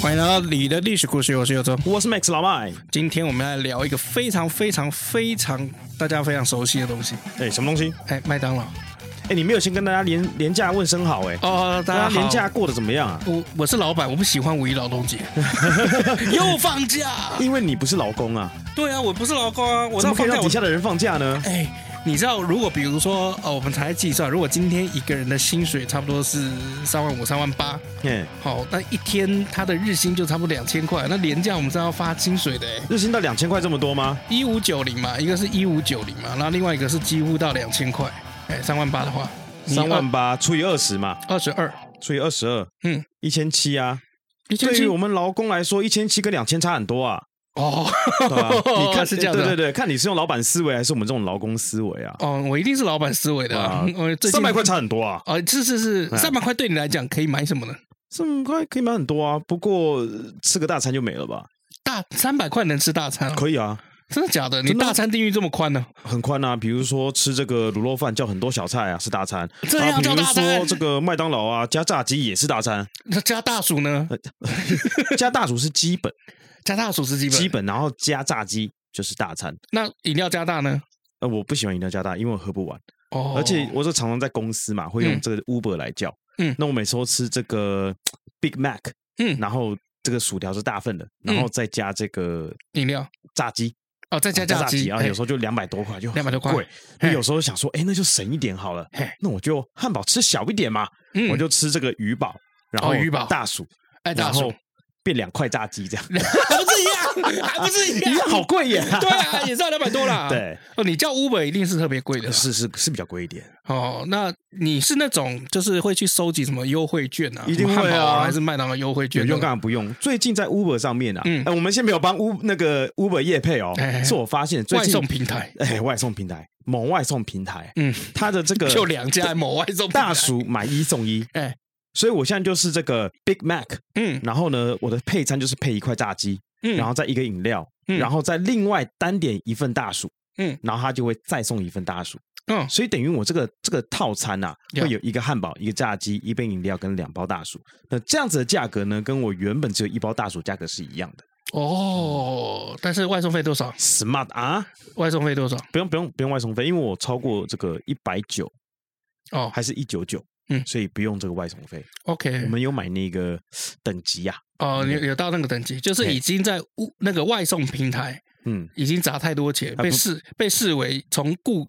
欢迎来到你的历史故事，我是尤周。我是 Max 老麦，今天我们来聊一个非常非常非常大家非常熟悉的东西，哎，什么东西？哎，麦当劳。哎，你没有先跟大家廉廉价问声好哎，哦，大大家家好廉价过得怎么样啊？我我是老板，我不喜欢五一劳动 节，又放假。因为你不是劳工啊，对啊，我不是劳工啊，我怎要么可以放假让我底。下的人放假呢？哎，你知道，如果比如说，呃，我们才计算，如果今天一个人的薪水差不多是三万五、三万八，哎，好，那一天他的日薪就差不多两千块，那廉价我们是要发薪水的，日薪到两千块这么多吗？一五九零嘛，一个是一五九零嘛，然后另外一个是几乎到两千块，哎，三万八的话，你三万八除以二十嘛，二十二，除以二十二，嗯，一千七啊。一千对七于我们劳工来说，一千七跟两千差很多啊。哦， 对吧你看是这样的对对对，看你是用老板思维还是我们这种劳工思维啊？哦，我一定是老板思维的、啊哇，我最近三百块差很多啊，哦，是是是，哎三百块对你来讲可以买什么呢？三百块可以买很多啊，不过呃吃个大餐就没了吧？大三百块能吃大餐、哦？可以啊，真的假的？你真的啊大餐定义这么宽呢、很宽啊，比如说吃这个卤肉饭叫很多小菜啊，是大餐。这样啊比叫如大餐说这个麦当劳啊，加炸鸡也是大 餐，那加大薯呢？哎加大薯是基本加大薯是基本。基本，然后加炸鸡就是大餐。那饮料加大呢？呃，我不喜欢饮料加大，因为我喝不完。哦，而且我是常常在公司嘛，会用嗯这个 Uber 来叫。嗯那我每次都吃这个 Big Mac，嗯然后这个薯条是大份的，然后再加这个饮料炸鸡，哦，再加啊炸炸鸡然后有时候候就两百多块，就200多块贵。那有时候想说，哎，那就省一点好了嘿，那我就汉堡吃小一点嘛，哎我就吃这个鱼堡，然后哦鱼堡大薯，嗯爱大然薯后， 变两块炸鸡这样，还不是一样，还不是 一一样样，好贵耶！ 对啊，也是要两百多 啦。，对，哦，你叫 Uber 一定是特别贵的啦。是是是比较贵一点。哦，那你是那种就是会去收集什么优惠券啊？一定会啊什么汉堡还是麦当劳优惠有券？啊用啊干嘛不用？最近在 Uber 上面啊，嗯呃我们先没有帮 U 那个 Uber 业配哦哎哎，哎是我发现最外近送平台，哎外送平台某外送平台，嗯，它的这个就两家某外送平台大，薯买一送一，哎，所以我现在就是这个 Big Mac，嗯然后呢，我的配餐就是配一块炸鸡，嗯，然后再一个饮料，嗯然后再另外单点一份大薯，嗯，然后他就会再送一份大薯，嗯所以等于我这个这个套餐呐、啊， Yeah 会有一个汉堡、一个炸鸡、一杯饮料跟两包大薯。那这样子的价格呢，跟我原本只有一包大薯价格是一样的。哦，但是外送费多少？ Smart 啊，外送费多少？不用不用不用外送费，因为我超过这个一百九哦还是一九九，嗯所以不用这个外送费。我，OK，们有买那个等级啊，哦，有有到那个等级，就是已经在物那个外送平台 嗯，已经砸太多钱，不被视被视为从顾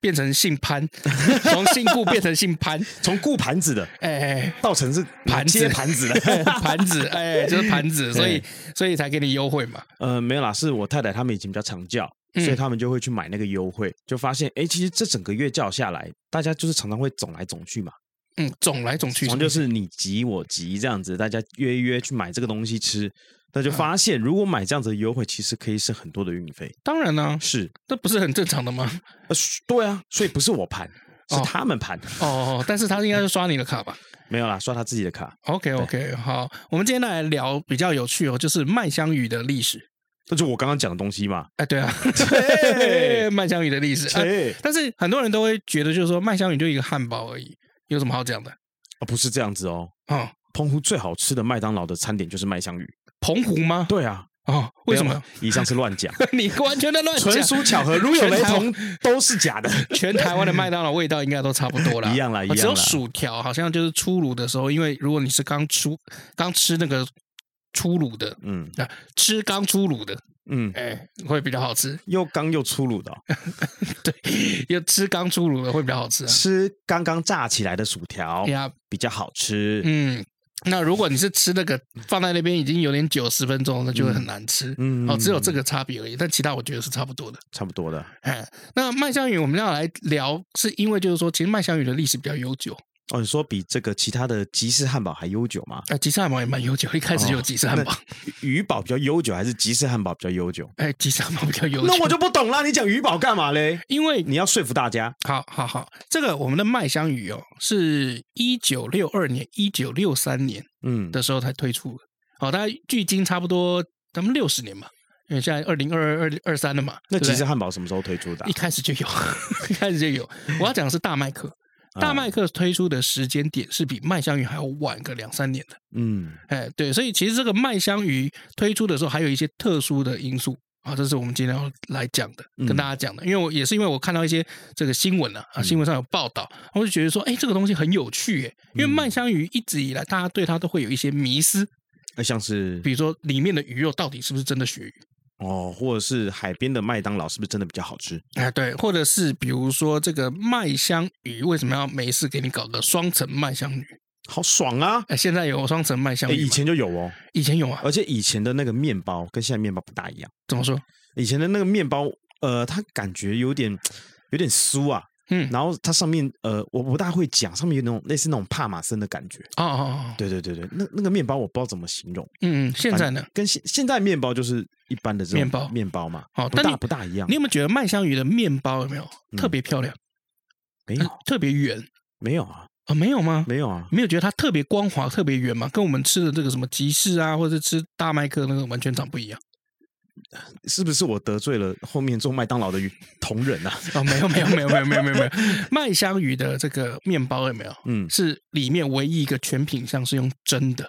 变成姓潘， 从姓顾变成姓潘，从顾盘子的哎哎。哎到成是盘子接盘子的。 盘子，哎，就是盘子，所以所以才给你优惠嘛。呃，没有啦，是我太太他们以前比较常叫，嗯所以他们就会去买那个优惠，就发现哎，诶其实这整个月叫下来，大家就是常常会总来总去嘛，嗯，总来总去常就是你急我急这样子，大家约一约去买这个东西吃，那就发现如果买这样子的优惠，其实可以省很多的运费。当然啦、是，这不是很正常的吗？呃，对啊，所以不是我盘，是哦他们盘，哦，但是他应该是刷你的卡吧没有啦，刷他自己的卡， ？OK OK，好，我们今天来聊比较有趣哦，就是麦香鱼的历史。这就我刚刚讲的东西 嘛。哎，对啊，对 麦香鱼的历史、哎切但是很多人都会觉得，就是说麦香鱼就一个汉堡而已，有什么好讲的？啊，不是这样子哦。哦，澎湖最好吃的麦当劳的餐点就是麦香鱼。澎湖吗？对啊，哦，为什没有么？？以上是乱讲， 你完全在乱讲。 纯属巧合，如有雷全同 都是假的。 全台湾的麦当劳味道应该都差不多 啦，哦一样啦一样啦只有薯条好像就是出炉的时候，因为如果你是刚出刚吃那个出炉的，嗯啊，吃刚出炉的， 嗯，哎，会比较好吃。 又刚又粗鲁的哦、对，要吃刚出炉的会比较好吃啊。吃刚刚炸起来的薯条呀，比较好吃。嗯，那如果你是吃那个放在那边已经有点久十分钟，那就会很难吃。嗯哦，只有这个差别而已，但其他我觉得是差不多的。差不多的哎，那麦香鱼我们要来聊，是因为就是说，其实麦香鱼的历史比较悠久，哦。你说比这个其他的吉士汉堡还悠久吗？啊，吉士汉堡也蛮悠久，一开始就哦有吉士汉堡，鱼堡比较悠久，还是吉士汉堡比较悠久？哎，吉士汉堡比较悠久。那我就不懂啦，你讲鱼堡干嘛嘞？因为你要说服大家好好好，这个我们的麦香鱼哦，是一九六二年、一九六三年嗯的时候才推出的，哦，大概距今差不多咱们六十年吧，因为现在二零二二、二二三了嘛。那对不吉对士汉堡什么时候推出的啊一？开始就有， 一开始就有。我要讲的是大麦克，嗯大麦克推出的时间点是比麦香鱼还要晚个两三年的。嗯，哎，对，所以其实这个麦香鱼推出的时候，还有一些特殊的因素啊，这是我们今天要来讲的，嗯跟大家讲的。因为我也是因为我看到一些这个新闻啊，啊新闻上有报道，我就觉得说，哎，这个东西很有趣耶。因为麦香鱼一直以来，大家对它都会有一些迷思，那像是比如说里面的鱼肉到底是不是真的鳕鱼？哦，或者是海边的麦当劳是不是真的比较好吃？哎，对，或者是比如说这个麦香鱼为什么要没事给你搞个双层麦香鱼？好爽啊！哎，现在有双层麦香哎，鱼吗，以前就有哦，以前有啊，而且以前的那个面包跟现在面包不大一样，怎么说？以前的那个面包，呃，它感觉有点有点酥啊，嗯，然后它上面呃，我不大会讲，上面有那种类似那种帕玛森的感觉。哦哦哦，对对对对，那那个面包我不知道怎么形容，嗯嗯，现在呢？跟现现在面包就是一般的这种面包面包嘛，哦，不但大你不大一样你。有没有觉得麦香鱼的面包有没有嗯特别漂亮？没有特别圆没有啊，啊？没有吗？没有啊，没有觉得它特别光滑、特别圆吗？跟我们吃的这个什么吉士啊，或者是吃大麦克那个完全长不一样是不是我得罪了后面做麦当劳的同仁啊？ 哦，没有没有没有没有没有没有没有，麦香鱼的这个面包有没有嗯，是里面唯一一个全品相是用蒸的？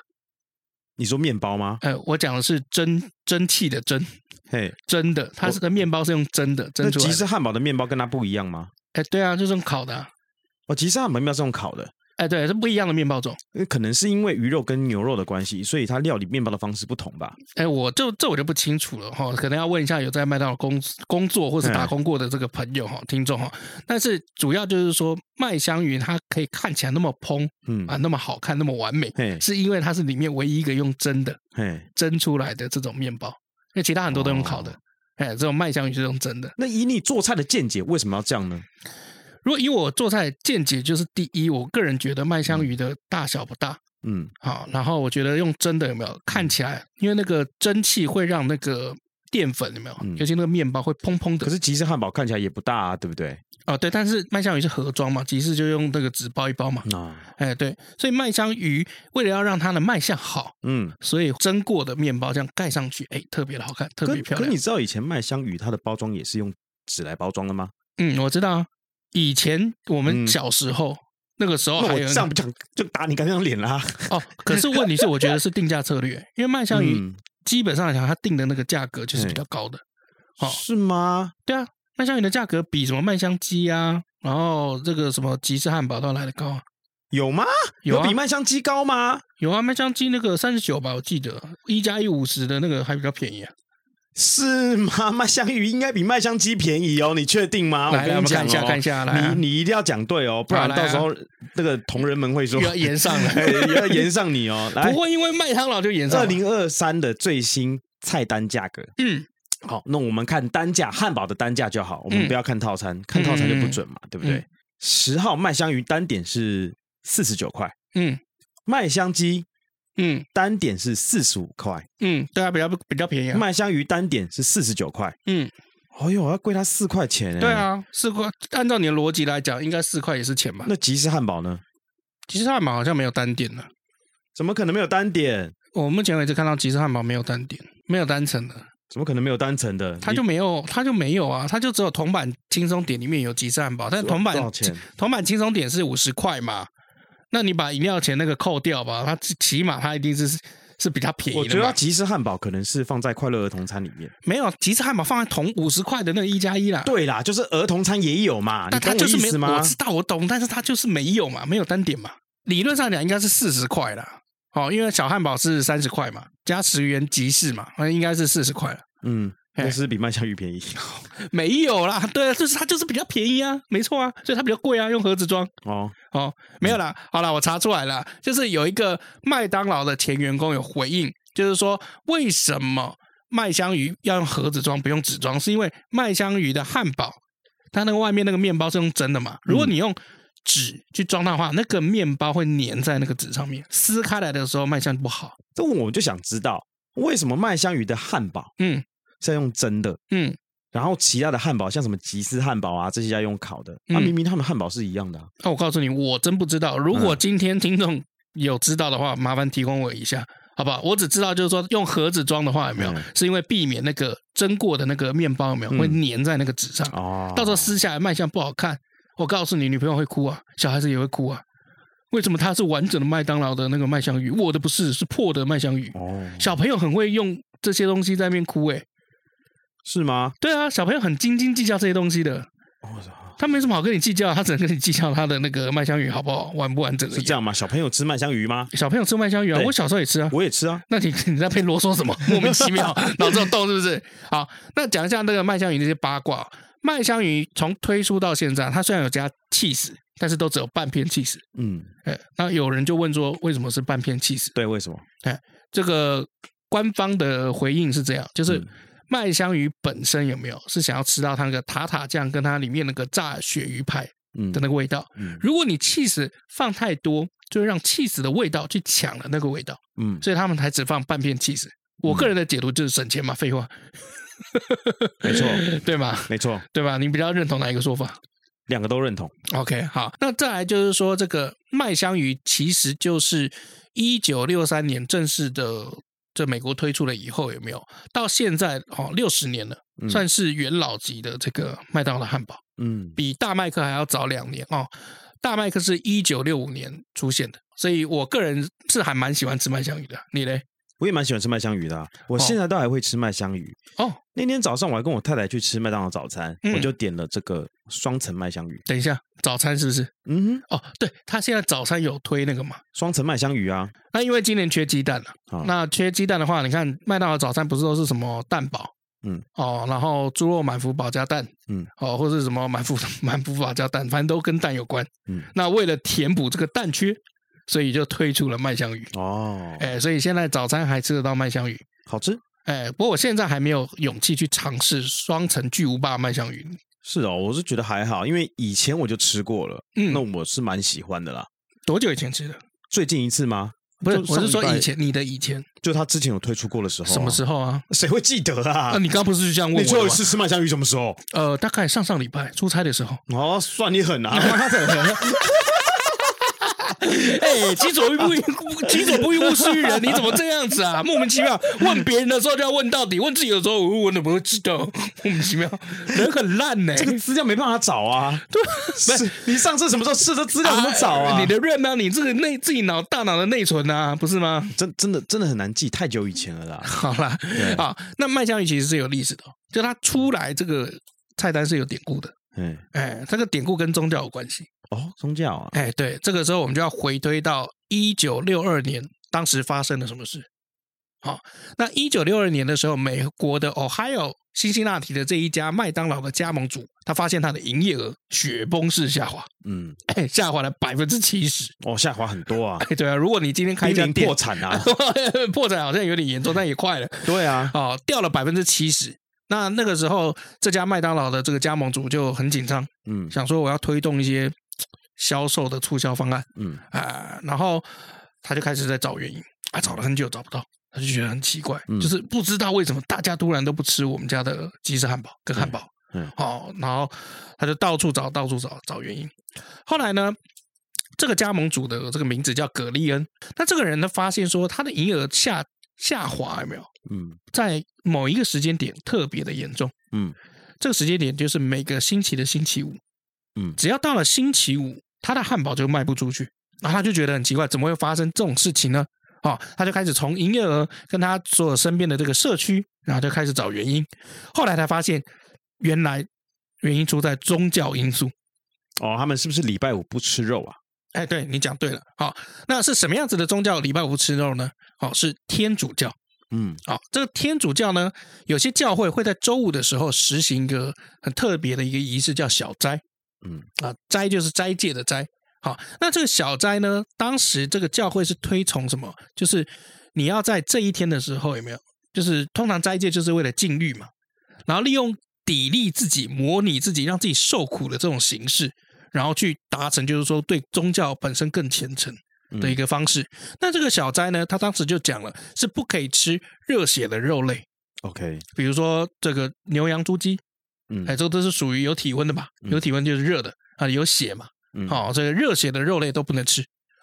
你说面包吗？呃，我讲的是蒸蒸汽的蒸嘿，蒸的，它这个面包是用蒸的那蒸出来吉士的。汉堡的面包跟它不一样吗？哎，对啊，就是用烤的、啊。哦，吉士汉堡面包是用烤的，哎，对，是不一样的面包种。呃可能是因为鱼肉跟牛肉的关系，所以它料理面包的方式不同吧？哎，我这这我就不清楚了哈，可能要问一下有在麦当劳工工作哎或是打工过的这个朋友哈，听众哈。但是主要就是说，麦香鱼它可以看起来那么蓬嗯，啊，那么好看，那么完美，嘿，是因为它是里面唯一一个用蒸的嘿。蒸出来的这种面包，因为其他很多都用烤的哦。哎，这种麦香鱼是用蒸的。那以你做菜的见解，为什么要这样呢？如果以我做菜见解，就是第一，我个人觉得麦香鱼的大小不大。嗯，好，然后我觉得用蒸的有没有看起来，因为那个蒸汽会让那个淀粉有没有，嗯尤其那个面包会砰砰的可。是吉士汉堡看起来也不大啊，对不对？哦，对，但是麦香鱼是盒装嘛，集市就用那个纸包一包嘛。啊，哎，对，所以麦香鱼为了要让它的卖相好，嗯，所以蒸过的面包这样盖上去，哎，特别的好看，特可别漂可亮你。知道以前麦香鱼它的包装也是用纸来包装的吗？嗯，我知道啊，以前我们嗯小时候、那个时候那哦还我有这样不讲就打你干这张脸啦。哦，可是问题是，我觉得是定价策略，因为麦 香鱼嗯基本上来讲，它定的那个价格就是比较高的。好是吗？对啊，麦香鱼的价格比什么麦香鸡啊，然后这个什么吉士汉堡都来的高啊。有吗？有啊比麦香鸡高吗？有啊，麦香鸡那个三十九吧，我记得一加一五十的那个还比较便宜啊。是吗？麦香鱼应该比麦香鸡便宜哦，你确定吗？来我来跟你我们讲看一下哦看一下来啊你你一定要讲对哦，不然好来啊到时候那个同仁们会说又要延上 了哎要延上你哦。来不，会因为麦当劳就延上二了。零二三的最新菜单价格，嗯，好，那我们看单价，汉堡的单价就好，我嗯们不要看套餐，看套餐就不准嘛，对不对嗯？十、号麦香鱼单点是四十九块，嗯麦香鸡嗯单点是四十五块，嗯，对啊，比较比较便宜啊。麦香鱼单点是四十九块，嗯，哎呦，要贵它四块钱、欸，对，啊，四块，按照你的逻辑来讲，应该四块也是钱吧？欸那吉士汉堡呢？吉士汉堡好像没有单点了。怎么可能没有单点？我目前为止看到吉士汉堡没有单点，没有单层的，怎么可能没有单层的？它就你没有，它就没有啊，它就只有铜板轻松点里面有吉士汉堡，但铜板多少钱？铜板轻松点是五十块嘛，那你把饮料钱那个扣掉吧，它起起码它一定是是比较便我宜觉的得嘛。吉士汉堡可能是放在快乐儿童餐里面。没有，吉士汉堡放在同五十块的那个一加一啦。对啦，就是儿童餐也有嘛，啊但你它懂就我是意没思有，吗我？知道我懂，但是它就是没有嘛，没有单点嘛。理论上讲应该是四十块啦，哦，因为小汉堡是三十块嘛，加十元吉士嘛，那应该是四十块了。嗯，哎但是比麦香鱼便宜 没有啦，对啊，就是它就是比较便宜啊，没错啊，所以它比较贵啊，用盒子装哦。哦，没有啦，好啦，我查出来了，就是有一个麦当劳的前员工有回应，就是说为什么麦香鱼要用盒子装，不用纸装，是因为麦香鱼的汉堡，它那个外面那个面包是用蒸的嘛，如果你用纸去装它的话，那个面包会粘在那个纸上面，撕开来的时候卖相就不好。这我就想知道，为什么麦香鱼的汉堡嗯是要用蒸的，嗯，然后其他的汉堡像什么吉斯汉堡啊这些要用烤的？那、嗯明明他们汉堡是一样的、啊，那我告诉你，我真不知道。如嗯果今天听众有知道的话，麻烦提供我一下，好不好？我只知道就是说，用盒子装的话，有没有、嗯是因为避免那个蒸过的那个面包有没有嗯会粘在那个纸上，哦，到时候撕下来卖相不好看。我告诉你，女朋友会哭啊，小孩子也会哭啊。为什么它是完整的麦当劳的那个麦香鱼，我的不是，是破的麦香鱼？哦，小朋友很会用这些东西在那边哭、欸，是吗？对啊，小朋友很斤斤计较这些东西的，哦，他没什么好跟你计较，他只能跟你计较他的那个麦香鱼好不好，完不完整而已是这样吗？小朋友吃麦香鱼吗？小朋友吃麦香鱼啊，对我小时候也吃啊。我也吃啊。那你 你在配啰 嗦什么？莫名其妙，脑子有洞是不是？好，那讲一下那个麦香鱼那些八卦。麦香鱼从推出到现在，它虽然有加 cheese，但是都只有半片 cheese。嗯，哎，那有人就问说，为什么是半片 cheese？对，为什么？这个官方的回应是这样，就是嗯麦香鱼本身有没有是想要吃到它那个塔塔酱跟它里面那个炸鳕鱼排嗯的那个味道。嗯如果你 cheese 放太多，就会让 cheese 的味道去抢了那个味道。嗯，所以他们才只放半片 cheese。我个人的解读就是省钱嘛，废 话，没错，对吧？没错，对吧？你比较认同哪一个说法两个都认同。 ？OK，好，那再来就是说，这个麦香鱼其实就是一九六三年正式的这美国推出了以后，有没有到现在哦六十年了，嗯算是元老级的这个麦当劳汉堡，嗯比大麦克还要早两年哦。大麦克是一九六五年出现的，所以我个人是还蛮喜欢吃麦香鱼的。你嘞？我也蛮喜欢吃麦香鱼的啊、我现在都还会吃麦香鱼。哦，那天早上我还跟我太太去吃麦当劳早餐，嗯我就点了这个双层麦香鱼。等一下，早餐是不是？嗯哼，哦，对，他现在早餐有推那个嘛？双层麦香鱼啊，那因为今年缺鸡蛋了，啊，那缺鸡蛋的话，你看麦当劳早餐不是都是什么蛋堡？嗯，哦，然后猪肉满福堡加蛋，嗯，哦，或是什么满福满福堡加蛋，反正都跟蛋有关。嗯，那为了填补这个蛋缺，所以就推出了麦香鱼。哦，哎，所以现在早餐还吃得到麦香鱼。好吃。哎，不过我现在还没有勇气去尝试双层巨无霸麦香鱼。是哦，我是觉得还好，因为以前我就吃过了，那嗯，我是蛮喜欢的啦。多久以前吃的？最近一次吗？不是就，我上是礼说拜以，前你的以前就他之前有推出过的时候、什么时候？候啊？谁会记得啊？啊，你刚不是就这样问我你的最后一吗次吃麦香鱼什么时候？呃，大概上上礼拜出差的时候。哦，算你狠 啊！哎，己所不欲，己所不欲，勿施于人。你怎么这样子啊？莫名其妙。问别人的时候就要问到底，问自己的时候，哦我怎么会知道？莫名其妙，人很烂呢、这个资料没办法找 啊。对，是你上次什么时候吃的资料怎么找啊？你的 RAM 啊，你这个内自己脑大脑的内存啊，不是吗？真真的真的很难记，太久以前了 啦。好啦，啊，那麦香鱼其实是有历史的哦，就它出来这个菜单是有典故的。嗯，哎，这个典故跟宗教有关系。哦，宗教啊，哎，对，这个时候我们就要回推到一九六二年，当时发生了什么事？好、那一九六二年的时候，美国的 Ohio 辛辛那提的这一家麦当劳的加盟主，他发现他的营业额雪崩式下滑，嗯，哎，下滑了百分之七十。哦，下滑很多啊，哎，对啊，如果你今天开一濒家临店破，产 啊。破产好像有点严重，但也快了。对啊，哦，掉了百分之七十。那那个时候，这家麦当劳的这个加盟主就很紧张，嗯想说我要推动一些销售的促销方案。嗯啊、然后他就开始在找原因，啊，找了很久找不到，他就觉得很奇怪，嗯就是不知道为什么大家突然都不吃我们家的鸡翅汉堡跟汉堡，嗯嗯哦，然后他就到处找，到处找找原因。后来呢，这个加盟主的这个名字叫葛利恩，那这个人呢发现说他的营业额下下滑有没有嗯在某一个时间点特别的严重？嗯，这个时间点就是每个星期的星期五，嗯只要到了星期五，他的汉堡就卖不出去，然后他就觉得很奇怪，怎么会发生这种事情呢？哦，他就开始从营业额跟他所有身边的这个社区，然后就开始找原因，后来才发现，原来原因出在宗教因素。哦，他们是不是礼拜五不吃肉啊？哎，哦对你讲对了，好、那是什么样子的宗教礼拜五吃肉呢？哦，是天主教，嗯啊、这个天主教呢，有些教会会在周五的时候实行一个很特别的一个仪式，叫小斋嗯啊，斋就是斋戒的斋。好，那这个小斋呢，当时这个教会是推崇什么？就是你要在这一天的时候，有没有？就是通常斋戒就是为了禁欲嘛，然后利用砥砺自己、模拟自己，让自己受苦的这种形式，然后去达成，就是说对宗教本身更虔诚。嗯的一个方式。那这个小斋呢，他当时就讲了，是不可以吃热血的肉类， ，OK，比如说这个牛羊猪鸡，嗯哎，这都是属于有体温的吧？嗯有体温就是热的啊，有血嘛。嗯好、这个热血的肉类都不能吃，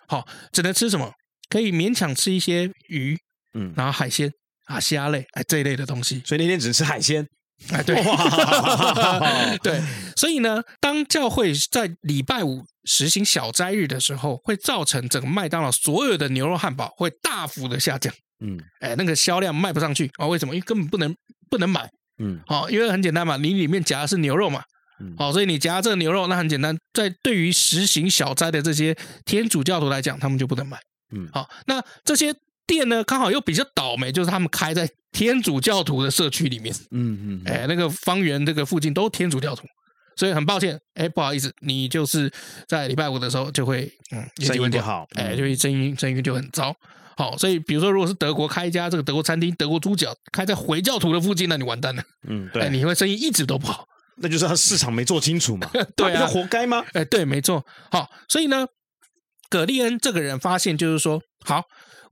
好、只能吃什么？可以勉强吃一些鱼，嗯，然后海鲜啊、虾类哎这一类的东西。所以那天只吃海鲜，哎，对哇， 对，所以呢，当教会在礼拜五实行小斋日的时候，会造成整个麦当劳所有的牛肉汉堡会大幅的下降，嗯哎，那个销量卖不上去啊、为什么？因为根本不能不能买，嗯哦，因为很简单嘛，你里面夹的是牛肉嘛嗯，哦，所以你夹这个牛肉，那很简单，在对于实行小斋的这些天主教徒来讲，他们就不能买。嗯好、那这些店呢，刚好又比较倒霉，就是他们开在天主教徒的社区里面。嗯嗯，哎，那个方圆这个附近都天主教徒，所以很抱歉，哎，不好意思，你就是在礼拜五的时候就会嗯业生绩意会不掉，好，哎，嗯就会生意生意就很糟。好，所以比如说，如果是德国开一家这个德国餐厅，德国猪脚开在回教徒的附近，那你完蛋了，嗯哎，对，你会生意一直都不好。那就是他市场没做清楚 嘛，对他啊不是活该吗？哎，对，没错。好，所以呢，葛利恩这个人发现就是说，好，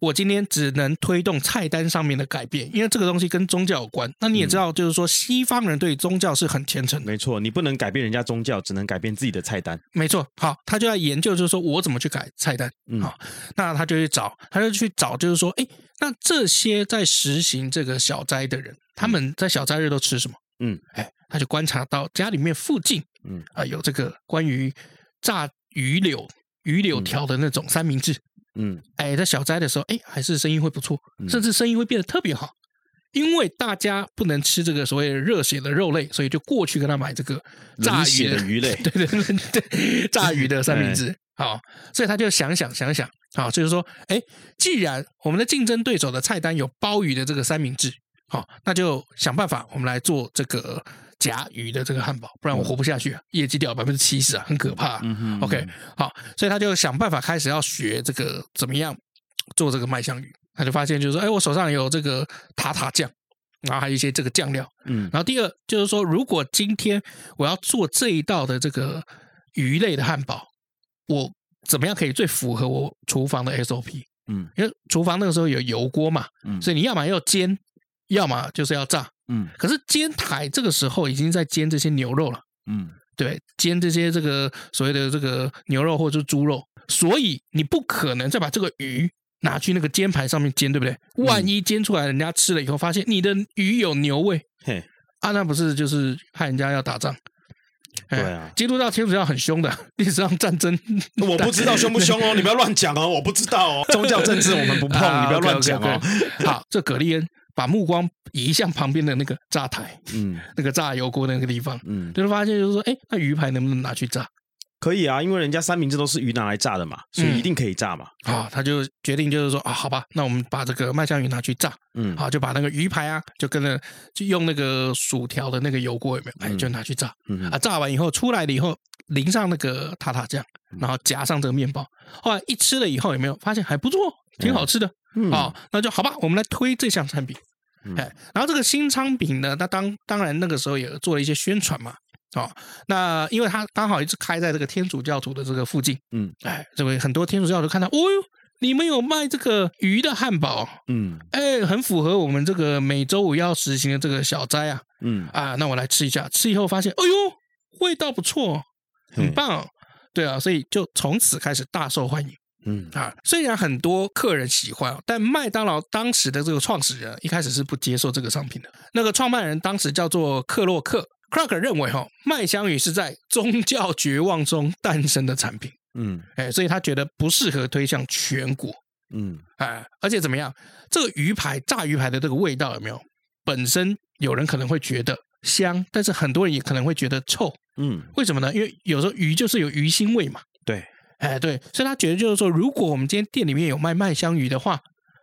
我今天只能推动菜单上面的改变，因为这个东西跟宗教有关。那你也嗯知道，就是说西方人对宗教是很虔诚的。没错，你不能改变人家宗教，只能改变自己的菜单。没错，好，他就在研究，就是说我怎么去改菜单。嗯好那他就去找，他就去找，就是说，哎，那这些在实行这个小斋的人，他们在小斋日都吃什么？嗯，哎，他就观察到家里面附近，嗯啊、有这个关于炸鱼柳、鱼柳条的那种三明治。嗯哎，在小斋的时候，哎，还是生意会不错，嗯甚至生意会变得特别好，因为大家不能吃这个所谓的热血的肉类，所以就过去跟他买这个嗯炸冷血鱼的鱼类对 对对对，炸鱼的三明治。好，所以他就想想想想，好，就是说，哎，既然我们的竞争对手的菜单有鲍鱼的这个三明治，好，那就想办法，我们来做这个夹鱼的这个汉堡，不然我活不下去、啊，业绩掉百分之七十啊，很可怕啊、 嗯 哼 OK，好，所以他就想办法开始要学这个怎么样做这个麦香鱼。他就发现就是说，哎，我手上有这个塔塔酱，然后还有一些这个酱料。嗯然后第二就是说，如果今天我要做这一道的这个鱼类的汉堡，我怎么样可以最符合我厨房的 SOP？嗯因为厨房那个时候有油锅嘛，嗯，所以以你要么要煎，要么就是要炸。嗯可是煎台这个时候已经在煎这些牛肉了。嗯对，煎这些这个所谓的这个牛肉或者是猪肉，所以你不可能再把这个鱼拿去那个煎盘上面煎，对不对？嗯万一煎出来人家吃了以后，发现你的鱼有牛味嘿，啊，那不是就是害人家要打仗？哎对啊基督教、天主教很凶的， 历史上战争 我不知道凶不凶哦，你不要乱讲哦，我不知道哦， 宗教政治我们不碰， 你不要乱讲哦。 OK，OK，OK 啊好，这葛利恩把目光移向旁边的那个炸台，嗯那个炸油锅的那个地方，嗯，就是发现就是说，哎，那鱼排能不能拿去炸？可以啊，因为人家三明治都是鱼拿来炸的嘛，所以一定可以炸嘛。啊，他就决定就是说啊，好吧，那我们把这个麦香鱼拿去炸，嗯，好，就把那个鱼排啊，就跟着就用那个薯条的那个油锅有没有？哎，嗯就拿去炸嗯啊，炸完以后出来了以后，淋上那个塔塔酱，嗯然后夹上这个面包，后来一吃了以后有没有发现还不错，哦挺好吃的嗯啊、那就好吧，我们来推这项产品，嗯哎，然后这个新商品呢，那当当然那个时候也做了一些宣传嘛。哦，那因为它刚好一直开在这个天主教徒的这个附近，嗯，哎，这位很多天主教徒看到，哦哟，你们有卖这个鱼的汉堡，嗯哎，很符合我们这个每周五要实行的这个小斋啊嗯，啊，那我来吃一下，吃以后发现，哎呦，味道不错，很棒哦、对啊，所以就从此开始大受欢迎嗯啊。虽然很多客人喜欢，哦但麦当劳当时的这个创始人一开始是不接受这个商品的。那个创办人当时叫做克洛克，Clark 认为哈、哦，麦香鱼是在宗教绝望中诞生的产品。嗯哎，所以他觉得不适合推向全国，嗯哎，而且怎么样，这个鱼排炸鱼排的这个味道有没有？本身有人可能会觉得香，但是很多人也可能会觉得臭，嗯，为什么呢？因为有时候鱼就是有鱼腥味嘛，对，哎，对，所以他觉得就是说，如果我们今天店里面有卖麦香鱼的话，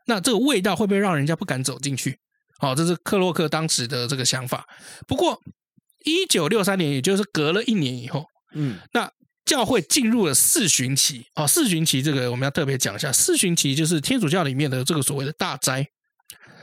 那这个味道会不会让人家不敢走进去？好、这是克洛克当时的这个想法。不过，一九六三年，也就是隔了一年以后，嗯，那教会进入了四旬期哦，四旬期这个我们要特别讲一下，四旬期就是天主教里面的这个所谓的大斋，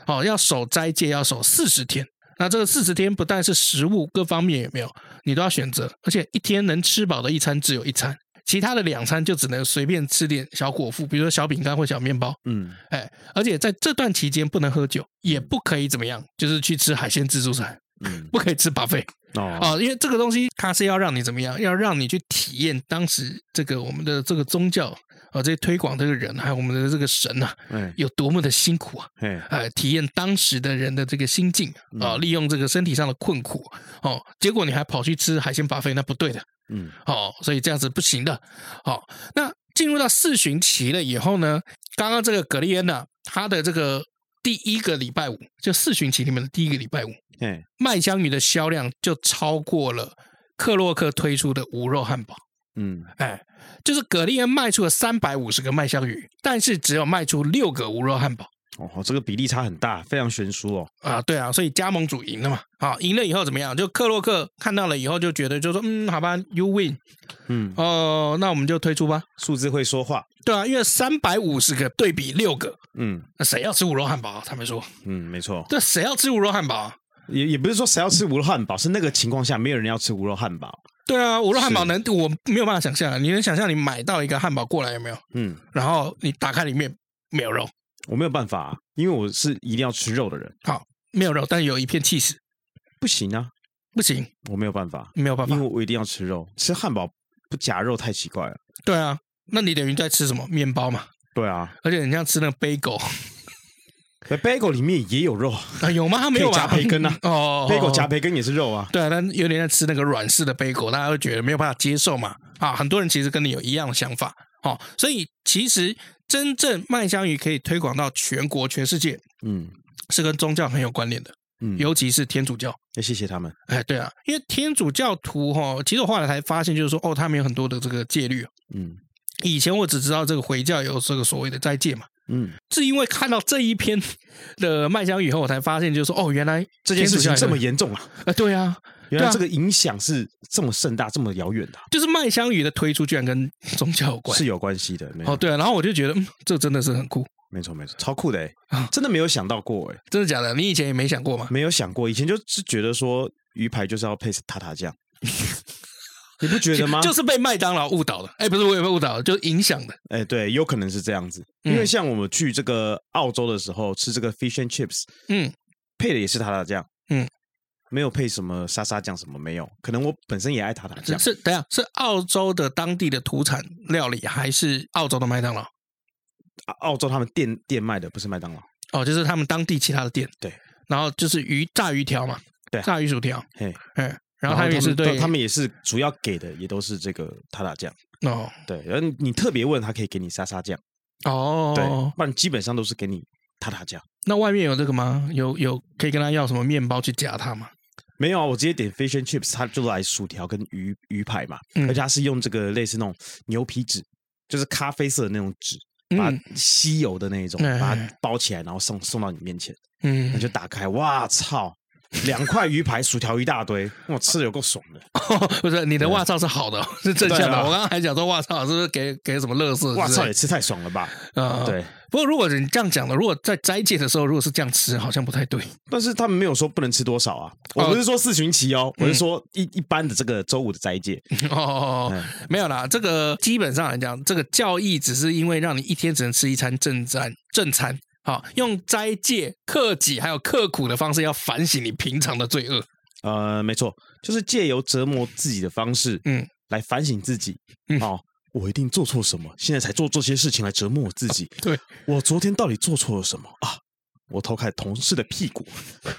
哦，要守斋戒，要守四十天。那这个四十天不但是食物各方面有没有，你都要选择，而且一天能吃饱的一餐只有一餐，其他的两餐就只能随便吃点小果腹，比如说小饼干或小面包。嗯，哎，而且在这段期间不能喝酒，也不可以怎么样，就是去吃海鲜自助餐，嗯，不可以吃 buffet。哦，啊、因为这个东西它是要让你怎么样，要让你去体验当时这个我们的这个宗教啊、这些推广这个人还有我们的这个神啊，哎，有多么的辛苦啊！哎，呃，体验当时的人的这个心境嗯啊、利用这个身体上的困苦哦，结果你还跑去吃海鲜巴菲，那不对的嗯，哦，所以这样子不行的。好、那进入到四旬期了以后呢，刚刚这个格利安娜她的这个第一个礼拜五，就四旬期里面的第一个礼拜五，哎，麦香鱼的销量就超过了克洛克推出的无肉汉堡。嗯，哎，就是葛利恩卖出了三百五十个麦香鱼，但是只有卖出六个无肉汉堡哦，这个比例差很大，非常悬殊哦。啊！对啊，所以加盟主赢了嘛。啊，赢了以后怎么样？就克洛克看到了以后就觉得就说，嗯，好吧，you win，嗯，哦、那我们就推出吧。数字会说话。对啊，因为三百五十个对比六个，嗯那谁要吃无肉汉堡、啊？他们说，嗯，没错，对，谁要吃无肉汉堡、啊？也也不是说谁要吃无肉汉堡，是那个情况下没有人要吃无肉汉堡。对啊，无肉汉堡能，我没有办法想象啊。你能想象你买到一个汉堡过来有没有？嗯，然后你打开里面没有肉，我没有办法、因为我是一定要吃肉的人，没有肉，但有一片 cheese，不行啊，不行，我没有办法，没有办法因为。我一定要吃肉，吃汉堡不夹肉太奇怪了。对啊，那你等于在吃什么面包嘛？对啊，而且你像吃那个 bagel 那 bagel 里面也有肉啊，有吗？没有吧？加培根啊 哦，bagel 夹培根也是肉啊。对啊，但有点像吃那个软式的 bagel，大家会觉得没有办法接受嘛。啊，很多人其实跟你有一样的想法哦，所以其实真正麦香鱼可以推广到全国、全世界，嗯是跟宗教很有关联的，嗯，尤其是天主教。要谢谢他们。哎，对啊，因为天主教徒哈、哦，其实我后来才发现，就是说，哦，他们有很多的这个戒律。嗯以前我只知道这个回教有这个所谓的斋戒嘛，嗯，是因为看到这一篇的麦香以后，我才发现，就是说，哦，原来这件事情天主这教么也严重啊，呃，对啊，原来这个影响是这么盛大、这么遥远的啊、就是麦香鱼的推出居然跟宗教有关是。有关系的。没哦，错，对啊，然后我就觉得，嗯，这真的是很酷，没错，没错，超酷的哎、啊真的没有想到过哎、真的假的？你以前也没想过吗？没有想过，以前就是觉得说鱼排就是要配塔塔 酱，你不觉得吗？就是被麦当劳误导了。哎，不是，我也被误导了，就是影响的。哎、对，有可能是这样子，嗯因为像我们去这个澳洲的时候吃这个 fish and chips，嗯，配的也是塔塔酱，嗯，没有配什么沙沙酱什么没有，可能我本身也爱塔塔是酱，嗯是，等一下是澳洲的当地的土产料理，还是澳洲的麦当劳？啊澳洲他们店店卖的不是麦当劳，哦，就是他们当地其他的店。对，然后就是鱼炸鱼条嘛，对炸鱼薯条，嘿，嗯，然后他们们也是们对他们也是主要给的也都是这个塔塔酱，哦对，然后你特别问他可以给你沙沙酱，对哦，，不然基本上都是给你塔塔酱。那外面有这个吗？有有可以跟他要什么面包去夹它吗？没有啊，我直接点 fish and chips，它就来薯条跟鱼鱼排嘛，嗯而且它是用这个类似那种牛皮纸，就是咖啡色的那种纸，把嗯它吸油的那一种，哎把它包起来，然后送送到你面前，那嗯，就打开，哇操，两块鱼排，薯条一大堆，我吃的有够爽的， 不是你的袜罩是好的哦，是正向对的。啊我刚刚还讲说袜罩是不是给给什么乐色？哇操，也啊吃太爽了吧？！呃。对，不过如果你这样讲的，如果在斋戒的时候，如果是这样吃，好像不太对。 但是他们没有说不能吃多少啊，哦我不是说四旬期哦，嗯我是说一一般的这个周五的斋戒，哦，哎没有啦，这个基本上来讲，这个教义只是因为让你一天只能吃一餐正餐正餐，好、用斋戒、克己还有刻苦的方式，要反省你平常的罪恶。呃，没错，就是借由折磨自己的方式，嗯，来反省自己。嗯哦，我一定做错什么，现在才做这些事情来折磨我自己。对，我昨天到底做错了什么啊？我偷看同事的屁股，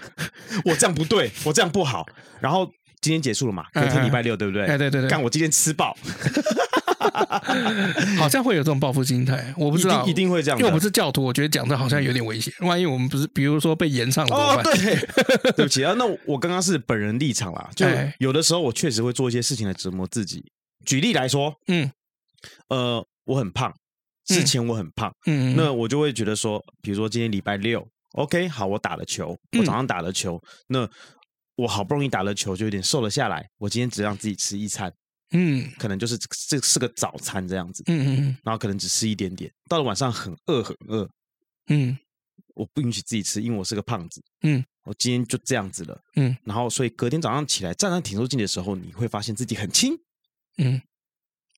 我这样不对，我这样不好。然后今天结束了嘛？隔天礼拜六，对不对？哎，对对干对，我今天吃爆， 好像会有这种报复心态，我不一知道定一定会这样因为的。我不是教徒，我觉得讲这好像有点危险。万一我们不是，比如说被延上怎么哦，办？ 对，对不起啊，那我刚刚是本人立场啦，就哎有的时候我确实会做一些事情来折磨自己。举例来说，嗯呃，我很胖，之前我很胖，嗯，那我就会觉得说，比如说今天礼拜六，OK，好，我打了球，嗯我早上打了球，那我好不容易打了球，就有点瘦了下来。我今天只让自己吃一餐，嗯可能就是这这是个早餐这样子，嗯然后可能只吃一点点。到了晚上很饿很饿，嗯我不允许自己吃，因为我是个胖子。嗯，我今天就这样子了。嗯，然后所以隔天早上起来站上挺胸镜的时候，你会发现自己很轻。嗯，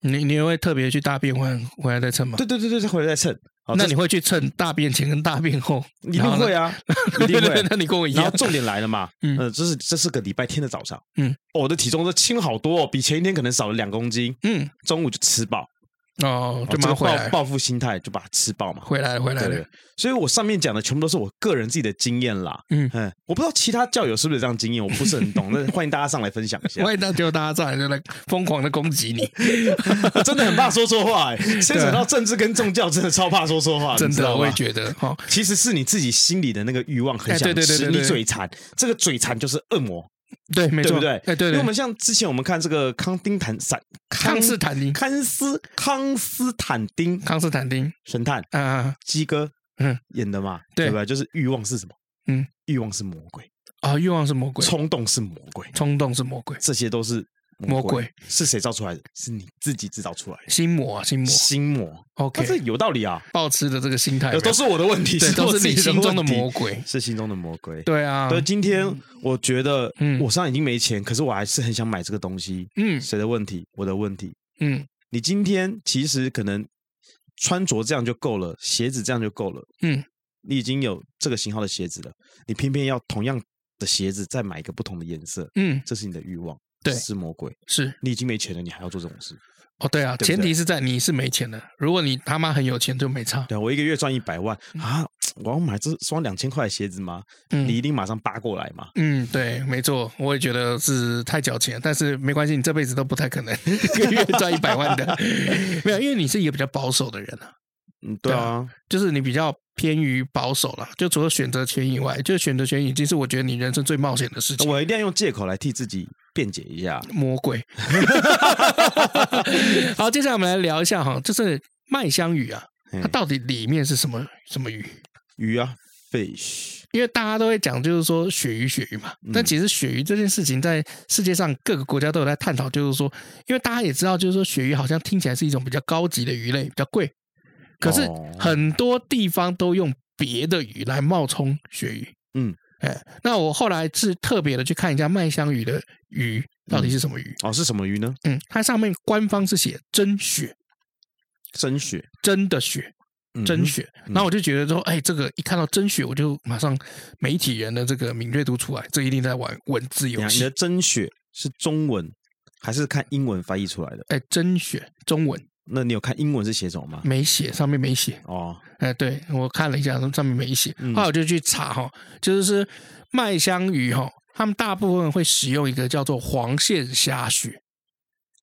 你你会特别去大便完回来再称吗？对对对对，再回来再称。好那这你会去称大便前跟大便后？一定会 啊，啊，一对定对会对，。那你跟我一然后样，重点来了嘛，嗯呃，这是这是个礼拜天的早上，嗯哦，我的体重都轻好多、哦，比前一天可能少了两公斤。嗯，中午就吃饱，哦，就这马个上回来报，报复心态就把它吃饱嘛。回来了，回来对了对，，所以我上面讲的全部都是我个人自己的经验啦。嗯。嗯，我不知道其他教友是不是有这样经验，我不是很 懂，那欢迎大家上来分享一下。万一到丢大家上来就来疯狂的攻击 你，我 真的很怕说错话、欸，牵扯到政治跟宗教，真的超怕说错话，啊真你知的，道我也吗？觉得哈，哦其实是你自己心里的那个欲望很哎想对对对吃，对对你嘴馋，这个嘴馋就是恶魔，对，没对错，不对？哎，对因为我们对，像之前我们看这个康丁坦散康斯坦丁，康斯康斯坦丁康斯坦丁神探啊鸡哥嗯演的嘛，对对吧？就是欲望是什么？嗯，欲望是魔鬼，啊，欲望是魔鬼，冲动是魔鬼，冲动是魔鬼，这些都是魔鬼是谁造出来的？是你自己制造出来的心魔啊，心魔心魔。那这，OK，有道理啊，保持的这个心态呃，都是我的问题，哎对，我自都是己你心中的问题魔，鬼，是心中的魔鬼。对啊，对，今天我觉得嗯我身上已经没钱，可是我还是很想买这个东西。嗯谁的问题？我的问题。嗯你今天其实可能穿着这样就够了，鞋子这样就够了。嗯，你已经有这个型号的鞋子了，你偏偏要同样的鞋子再买一个不同的颜色，嗯，这是你的欲望，对是魔鬼。是你已经没钱了，你还要做这种事？哦，对啊，对不对前提是在你是没钱的，如果你他妈很有钱就没差，对啊我一个月赚一百万啊，我要买这双两千块的鞋子吗？嗯你一定马上扒过来嘛。嗯，对，没错，我也觉得是太矫情了，但是没关系，你这辈子都不太 可能一个月赚一百万的，没有，因为你是一个比较保守的人啊，嗯，对啊，就是你比较偏于保守了，就除了选择权以外，就选择权已经是我觉得你人生最冒险的事情。我一定要用借口来替自己辩解一下。魔鬼。好，接下来我们来聊一下哈，就是麦香鱼啊，它嗯到底里面是什么什么鱼？鱼啊，fish，因为大家都会讲，就是说鳕鱼，鳕鱼嘛。但其实鳕鱼这件事情，在世界上各个国家都有在探讨，就是说，因为大家也知道，就是说鳕鱼好像听起来是一种比较高级的鱼类，比较贵，可是哦很多地方都用别的鱼来冒充鳕鱼。嗯，哎，那我后来是特别的去看一下麦香鱼的鱼到底是什么鱼。哦，是什么鱼呢？嗯，它上面官方是写真雪，真雪，真的雪，嗯真雪。然后我就觉得说，哎，这个一看到真雪，我就马上媒体人的这个敏锐度出来，这一定在玩文字你游看你戏的。真雪是中文还是看英文翻译出来的？哎，真雪中文那你有看英文是写什么吗？没写，上面没写。哦，哎，对我看了一下，上面没写。嗯后来我就去查哈，就是麦香鱼哈，他们大部分会使用一个叫做黄线虾雪。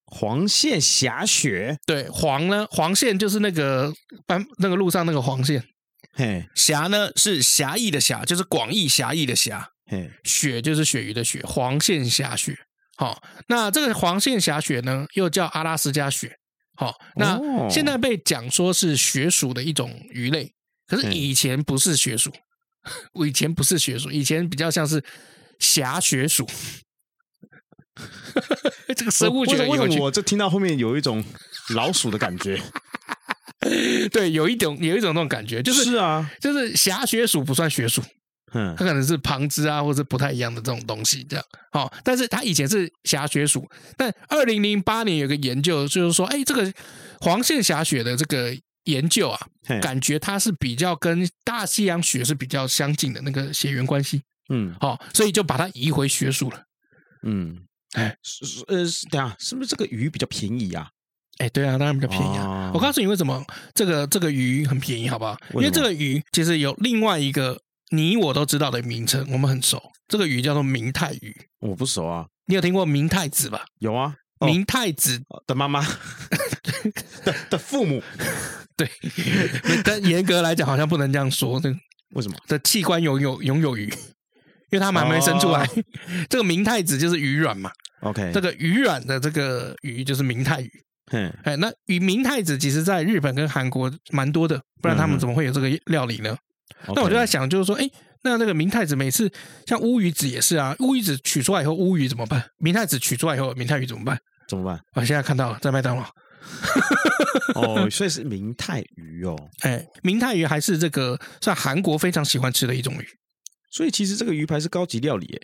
黄线狭雪，对，黄呢，黄线就是那个斑那个路上那个黄线。嘿狭呢是狭义的狭，就是广义狭义的狭。嘿，鳕就是鳕鱼的鳕，黄线虾鳕。好、那这个黄线虾鳕呢，又叫阿拉斯加鳕。好、那哦现在被讲说是雪属的一种鱼类，可是嗯以前不是雪属，我以前不是雪属，以前比较像是狭雪属。 这个生物学为什很么有为什趣么我这听到后面有一种老鼠的感觉？对，有一种有一种那种感觉， 就是是啊，就是狭雪属不算雪属，嗯它可能是旁支啊，或者不太一样的这种东西，这样。哦，但是它以前是狭雪属，但二零零八年有个研究，就是说，哎，这个黄线狭雪的这个研究啊，嘿，感觉它是比较跟大西洋雪是比较相近的那个血缘关系，嗯哦，所以就把它移回雪属了。嗯，哎是，是呃，是等一下是不是这个鱼比较便宜啊？哎，对啊，当然比较便宜啊。哦我告诉你为什么这个这个鱼很便宜，好不好？因为什么为这个鱼其实有另外一个你我都知道的名称，我们很熟。这个鱼叫做明太鱼，我不熟啊，你有听过明太子吧？有啊，哦明太子 的妈妈的的父母对， 但严格来讲好像不能这样说。这为什么？的器官拥有拥有鱼，因为它们还没生出 来。这个明太子就是鱼卵嘛， OK，这个鱼卵的这个鱼就是明太鱼。嗯，哎，那与明太子其实在日本跟韩国蛮多的，不然他们怎么会有这个料理呢？那我就在想，就是说，哎，那那个明太子每次像乌鱼子也是啊，乌鱼子取出来以后，乌鱼怎么办？明太子取出来以后，明太鱼怎么办？怎么 办？我、现在看到了，在麦当劳，哦，所以是明太鱼哦，哎，明太鱼还是这个在韩国非常喜欢吃的一种鱼，所以其实这个鱼排是高级料理耶。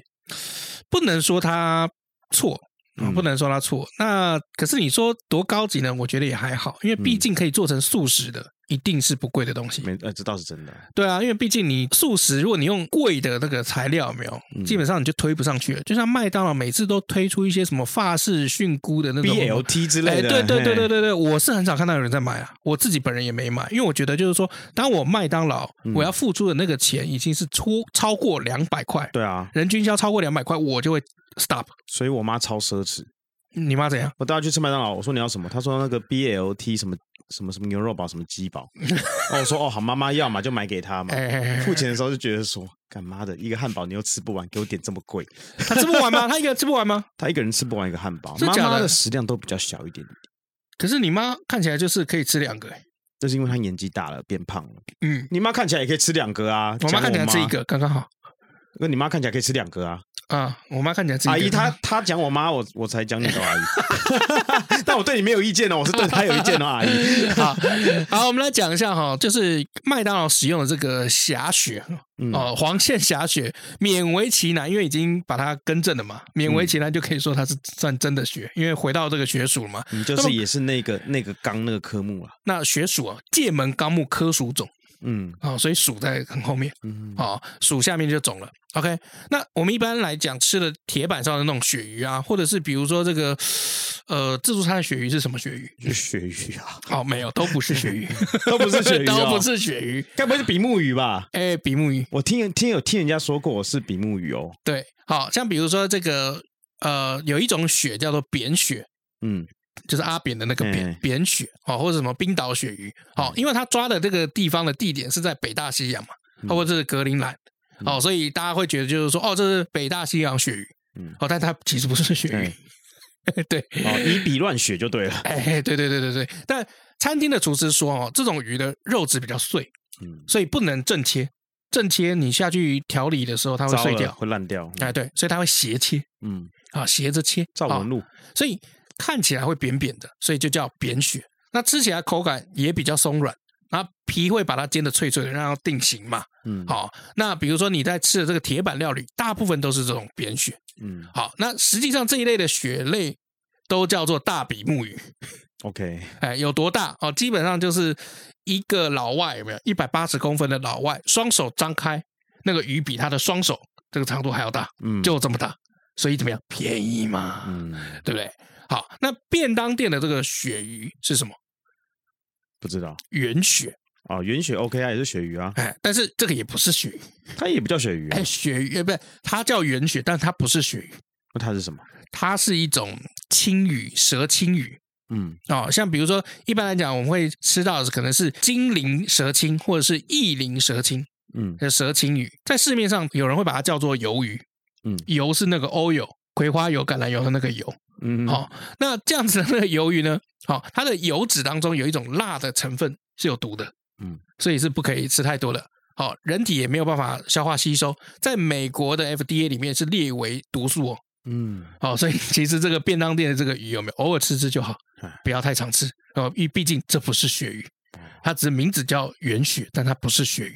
不能说它错。啊，嗯不能说它错。那可是你说多高级呢？我觉得也还好，因为毕嗯竟可以做成素食的，一定是不贵的东西。没，呃，这倒是真的。对啊，因为毕竟你素食，如果你用贵的那个材料，有没有，嗯基本上你就推不上去了。就像麦当劳每次都推出一些什么法式菌菇的那种 BLT 之 哎类的，对对对对嘿，对对，我是很少看到有人在买啊，我自己本人也没买，因为我觉得就是说，当我麦当劳嗯我要付出的那个钱已经是超超过两百块，对啊，人均消超过两百块，我就会 stop。所以我妈超奢侈。你妈怎样？我带她去吃麦当劳，我说你要什么？她说那个 BLT 什么什么什么牛肉堡什么鸡 堡。哦，我说哦好，妈妈要嘛就买给她嘛哎。哎，哎哎 付钱的时候就觉得说，干妈的一个汉堡你又吃不完，给我点这么贵。他吃不完吗？他一个人吃不完吗？ 她一个人吃不完一个汉堡，真妈假的妈的食量都比较小一点，可是你妈看起来就是可以吃两个、哎那是因为她年纪大了变胖了。嗯，你妈看起来也可以吃两个啊，我妈讲看起来吃一，个刚刚好那你妈看起来可以吃两个啊。啊，我妈看起来吃一个阿啊姨她她讲我妈，我我才讲你的阿姨。但我对你没有意见哦，我是对她有意见哦，阿姨。 好，好，我们来讲一下哈，就是麦当劳使用的这个狭雪嗯哦，黄线狭雪，勉为其难，因为已经把它更正了嘛，勉为其难就可以说它是算真的雪，因为回到这个学属嘛，你就是也是那个那个刚那个科目啊。那学属啊，界门纲目科属种嗯啊、哦所以属在很后面嗯，啊、哦，属下面就种了。OK，那我们一般来讲吃的铁板上的那种鳕鱼啊，或者是比如说这个呃自助餐的鳕 鱼是什么鳕鱼？就是鳕鱼啊，好、没有，都不是鳕鱼， 都 不是鳕鱼、哦， 都不，是鳕鱼，该不会是比目鱼吧？哎，比目鱼。我听人听有听人家说过我是比目鱼哦。对，好像比如说这个呃，有一种雪叫做扁雪，嗯，就是阿扁的那个扁、嗯扁雪哦，或者什么冰岛鳕鱼哦，因为他抓的这个地方的地点是在北大西洋嘛，嗯或者是格陵兰哦，所以大家会觉得就是说哦，这是北大西洋鳕鱼嗯哦，但它其实不是鳕鱼， 对，哎哦，以比乱雪就对了。哎，对对对对对，但餐厅的厨师说哦，这种鱼的肉质比较碎，嗯，所以不能正切，正切你下去调理的时候它会糟碎了掉，会烂掉。哎，对，所以它会斜切嗯，啊、斜着切，赵哦文路，所以看起来会扁扁的，所以就叫扁雪。那吃起来口感也比较松软，然后皮会把它煎的脆脆的，让它定型嘛。嗯，，好，那比如说你在吃的这个铁板料理，大部分都是这种扁雪。嗯好，那实际上这一类的雪类都叫做大比目鱼。 ，OK，哎，有多大哦？基本上就是一个老外有没有一百八十公分的老外，双手张开，那个鱼比他的双手这个长度还要大，嗯，就这么大。所以怎么样？便宜嘛。嗯，对不对？好，那便当店的这个鳕鱼是什么？不知道圆鳕，哦，原雪 OK 啊，也是鳕鱼啊，哎，但是这个也不是鳕鱼，它也不叫鳕鱼啊哎，，鳕鱼，哎，不是，它叫圆鳕，但它不是鳕鱼，那它是什么？它是一种青鱼，蛇青鱼嗯，哦。像比如说，一般来讲，我们会吃到的可能是金鳞蛇青或者是翼鳞蛇青，嗯，呃，蛇青鱼，在市面上有人会把它叫做鱿鱼，嗯油是那个 oil，葵花油、橄榄油的那个油，嗯，好、，那这样子的那个鱿鱼呢，好、它的油脂当中有一种钠的成分是有毒的，嗯，所以是不可以吃太多的。好、人体也没有办法消化吸收，在美国的 FDA 里面是列为毒素哦。嗯，好，所以其实这个便当店的这个鱼有没有偶尔吃吃就好哎，不要太常吃哦，因为毕竟这不是鳕鱼，它只是名字叫圆鳕，但它不是鳕鱼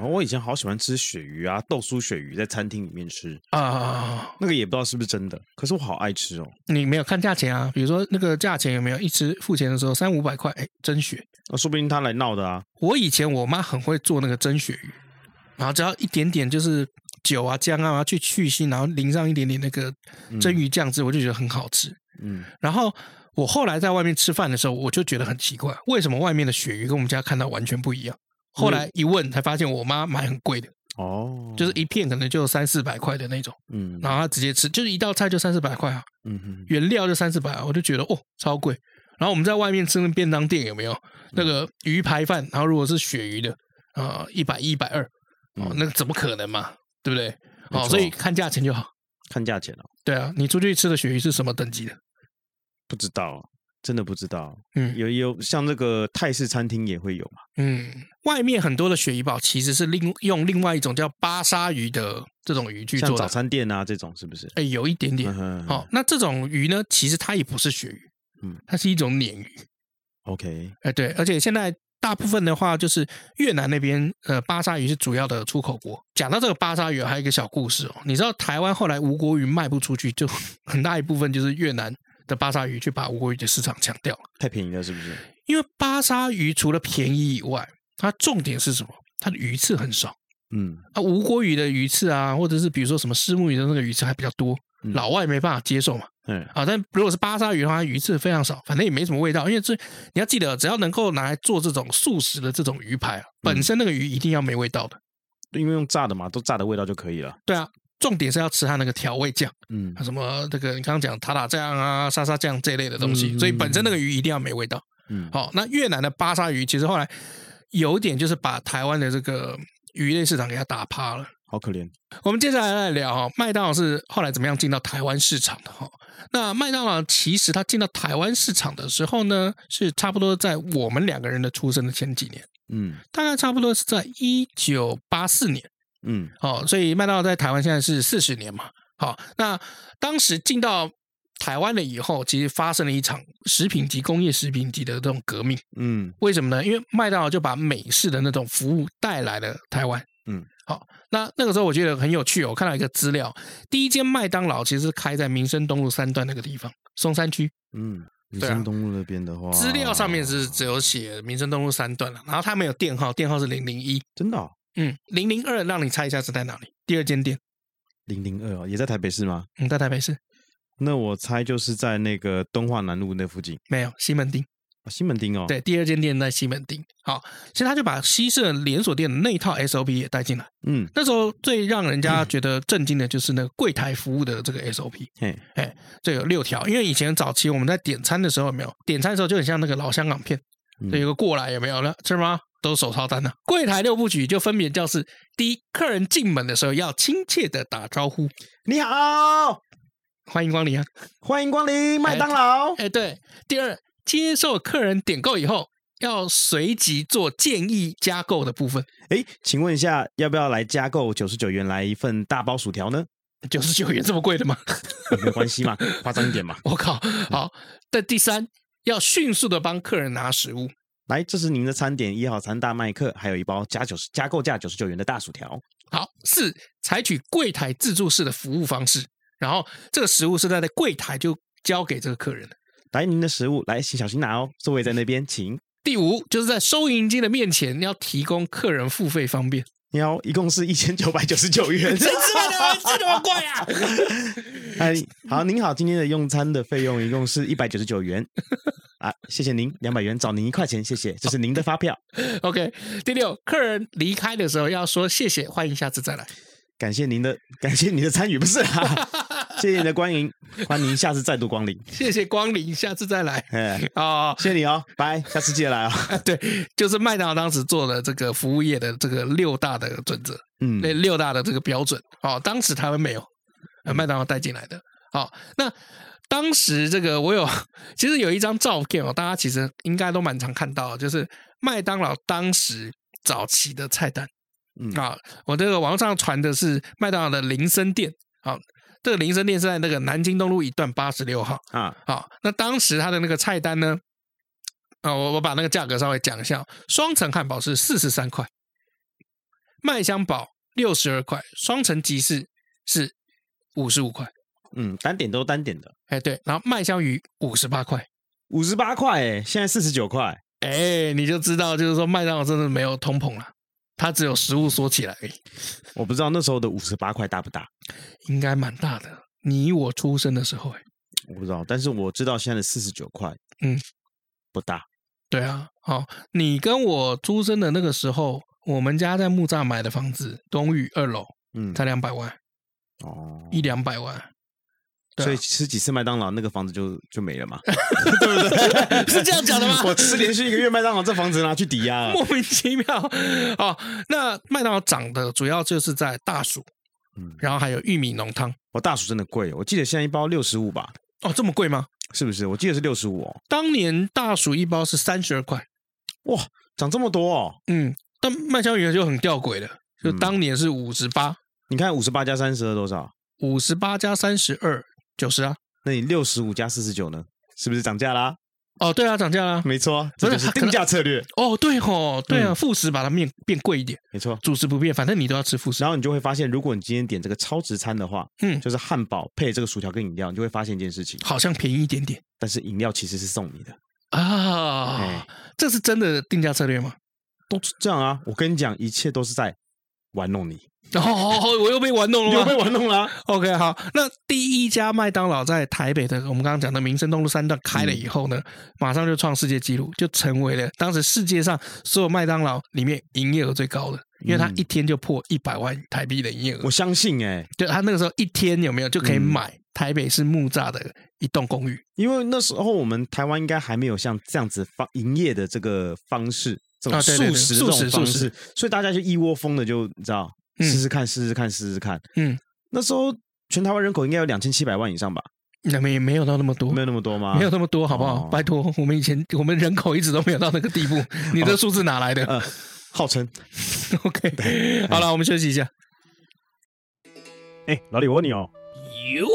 哦，我以前好喜欢吃鳕鱼啊，豆酥鳕鱼在餐厅里面吃，啊、那个也不知道是不是真的，可是我好爱吃哦。你没有看价钱啊？比如说那个价钱有没有一吃付钱的时候三五百块，哎，真鳕。那说不定他来闹的啊。我以前我妈很会做那个蒸鳕鱼，然后只要一点点就是酒啊姜啊，然后去去腥，然后淋上一点点那个蒸鱼酱汁，我就觉得很好吃。嗯，然后我后来在外面吃饭的时候，我就觉得很奇怪，为什么外面的鳕鱼跟我们家看到完全不一样？后来一问才发现，我妈买很贵的，哦，就是一片可能就三四百块的那种，嗯然后她直接吃，就是一道菜就三四百块啊，嗯哼原料就三四百，我就觉得哦超贵。然后我们在外面吃那便当店有没嗯有那个鱼排饭？然后如果是鳕鱼的，啊一百一百二，哦嗯，那怎么可能嘛，对不对？没哦，错所以看价钱就好。看价钱哦，对啊，你出去吃的鳕鱼是什么等级的？不知道真的不知道。嗯有有像这个泰式餐厅也会有嘛？嗯，外面很多的鳕鱼堡其实是另用另外一种叫巴沙鱼的这种鱼去像做早的，餐店啊这种是不是？哎，有一点点嗯。哼好、那这种鱼呢，其实它也不是鳕鱼，嗯它是一种鲶鱼。 ，OK，哎，对，而且现在大部分的话，就是越南那边，呃，巴沙鱼是主要的出口国。讲到这个巴沙鱼，还有一个小故事哦。你知道台湾后来无国鱼卖不出去，就 很大一部分就是越南的巴沙鱼去把无国鱼的市场抢掉了。太便宜了是不 是？因为巴沙鱼除了便宜以外，它重点是什么？它的鱼刺很少嗯，啊，无国鱼的鱼刺啊，或者是比如说什么虱目鱼的那个鱼刺还比较多，嗯老外没办法接受嘛。嗯，啊，但如果是巴沙鱼的话，它鱼刺非常少，反正也没什么味道。因为这你要记得，只要能够拿来做这种素食的这种鱼排啊，嗯本身那个鱼一定要没味道的。因为用炸的嘛，都炸的味道就可以了。对啊，重点是要吃它那个调味酱，嗯什么这个你刚刚讲塔塔酱啊、沙沙酱这类的东西，嗯所以本身那个鱼一定要没味道。嗯，好、那越南的巴沙鱼其实后来有一点就是把台湾的这个鱼类市场给它打趴了。好可怜。我们接下来来聊哈，麦当劳是后来怎么样进到台湾市场的哈？那麦当劳其实它进到台湾市场的时候呢，是差不多在我们两个人的出生的前几年，嗯大概差不多是在一九八四年嗯哦，所以麦当劳在台湾现在是四十年嘛。好，那当时进到台湾了以后，其实发生了一场食品级工业食品级的这种革命。嗯为什么呢？因为麦当劳就把美式的那种服务带来了台湾。嗯，好，那那个时候我觉得很有趣、哦，我看到一个资料，第一间麦当劳其实是开在民生东路三段那个地方，松山区。嗯，民对啊生东路那边的话，资料上面是只有写民生东路三段了，然后它没有店号，店号是零零一。真的哦嗯，零零二，让你猜一下是在哪里？第二间店，零零二哦也在台北市吗？嗯，在台北市那我猜就是在那个东华南路那附近，没有西门町。啊、西门町哦。，对，第二间店在西门町。好，其实他就把西式的连锁店的那一套 SOP 也带进来。嗯，那时候最让人家觉得震惊的就是那个柜台服务的这个 SOP，嘿，这有六条。因为以前早期我们在点餐的时候，有没有点餐的时候就很像那个老香港片，嗯就有个过来有没有了，是吗？都是手抄单的。柜台六部曲就分别叫是：第一，客人进门的时候要亲切的打招呼，你好，欢迎光临啊。欢迎光临麦当劳。哎，对。第二，接受客人点购以后，要随即做建议加购的部分，哎，请问一下，要不要来加购九十九元来一份大包薯条呢？九十九元这么贵的吗？ 没关系嘛，夸张一点嘛。我靠！好，但第三要迅速的帮客人拿食物。来，这是您的餐点，一号餐大麦克，还有一包加九十加购价九十九元的大薯条。好，四采取柜台自助式的服务方式，然后这个食物是在在柜台就交给这个客人的。来，您的食物，来，请小心拿哦，座位在那边，请。第五就是在收银机的面前要提供客人付费方 便。喵，一共是一千九百九十九元。谁吃饭的这么贵啊？哎，好，您好，今天的用餐的费用一共是一百九十九元。啊，谢谢您，两百元找您一块钱，谢谢，这是您的发票， OK，第六，客人离开的时候要说谢谢，欢迎下次再来。感谢您的，感谢您的参与，不是啦，谢谢您的光临，欢迎下次再度光临，谢谢光临，下次再来。哎，哦，谢谢你哦，拜，下次记得来哦， 对，就是麦当劳当时做的这个服务业的这个六大的准则。嗯那六大的这个标准。哦，当时台湾没有，嗯呃，麦当劳带进来的。好、那当时这个我有， 其实有一张照片哦，大家其实应该都蛮常看到的，就是麦当劳当时早期的菜单嗯啊、我这个网上传的是麦当劳的林森店，啊、这个林森店是在那个南京东路一段八十六号。啊，好、那当时它的那个菜单呢，啊、我我把那个价格稍微讲一下哦，双层汉堡是四十三块，麦香堡六十二块，双层吉士是五十五块，嗯，单点都单点的，哎对，然后麦香鱼五十八块，五十八块，哎，现在四十九块，哎，你就知道就是说麦当劳真的没有通膨了，它只有食物缩起来而已，我不知道那时候的五十八块大不大，应该蛮大的。你我出生的时候，哎，我不知道，但是我知道现在的四十九块，嗯，不大，对啊，哦，你跟我出生的那个时候，我们家在木栅买的房子，东宇二楼嗯，才两百万。哦，一两百万，对啊 所以吃几次麦当劳，那个房子就就没了嘛，对不对？ 是这样讲的吗我吃连续一个月麦当劳，这房子拿去抵押了。莫名其妙哦。那麦当劳涨的主要就是在大薯，嗯然后还有玉米浓汤我大薯真的贵，我记得现在一包六十五吧，哦，这么贵吗？是不是？我记得是六十五哦，当年大薯一包是三十二块，哇，涨这么多哦！嗯，但麦香鱼就很吊诡了，就嗯当年是五十八，你看五十八加三十二多少？五十八加三十二九十啊，那你六十五加四十九呢？是不是涨价啦？哦，对啊，涨价啦，没错，不这就是是定价策 略，哦，对吼，对啊，嗯副食把它变变贵一点，没错。主食不变，反正你都要吃副食然，后你就会发现，如果你今天点这个超值餐的话，嗯哦就是汉堡配这个薯条跟饮料，你就会发现一件事情，好像便宜一点点但是饮料其实是送你的，啊哎，这是真的定价策略吗？都是这样啊！我跟你讲，一切都是在玩弄你，哦，哦哦我又被玩弄你了又吗被玩弄 啦、 ？OK，好，那第一家麦当劳在台北的我们刚刚讲的民生东路三段嗯开了以后呢，马上就创世界纪录，就成为了当时世界上所有麦当劳里面营业额最高的，因为它嗯一天就破一百万台币的营业额我。相信哎、就他那个时候一天有没有就可以嗯买台北市木栅的一栋公寓？因为那时候我们台湾应该还没有像这样子方营业的这个方式，这种啊对对对素食这素种食方素式，所以大家就一窝蜂的就你知道嗯试试看，试试看，试试看。嗯，那时候全台湾人口应该有两千七百万以上吧？那没没有到那么多没，有那么多吗？哦没有。那么多，好不好？哦拜托，我们以前我们人口一直都没有到那个地 步，你这数字哪来的、 呃，号称 o k 好了，我们休息一下。哎、老李，我问你哦，哟，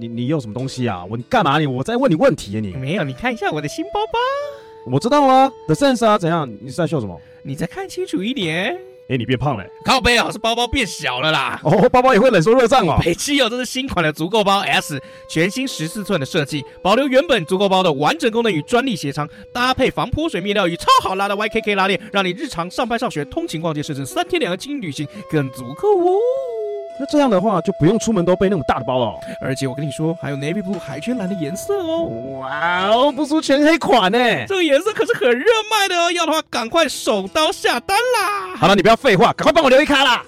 你你有什么东西啊？我你干嘛你？我在问你问题啊你！没有，你看一下我的新包包，我知道啦，The Sense 啊，怎样？你是在笑什么？你再看清楚一点。哎、你变胖了、靠背哦，是包包变小了啦。哦，包包也会冷缩热胀哦。北汽哦，这是新款的足够包 S，全新十四寸的设计，保留原本足够包的完整功能与专利鞋长，搭配防泼水面料与超好拉的 YKK 拉链，让你日常上班、上学、通勤、逛街，甚至三天两夜轻旅行更足够哦。那这样的话就不用出门都背那种大的包了哦、而且我跟你说，还有 navy blue 海军蓝的颜色哦，哇哦，不出全黑款呢、 这个颜色可是很热卖的哦，要的话赶快手刀下单啦！好了，你不要废话，赶快帮我留一卡啦！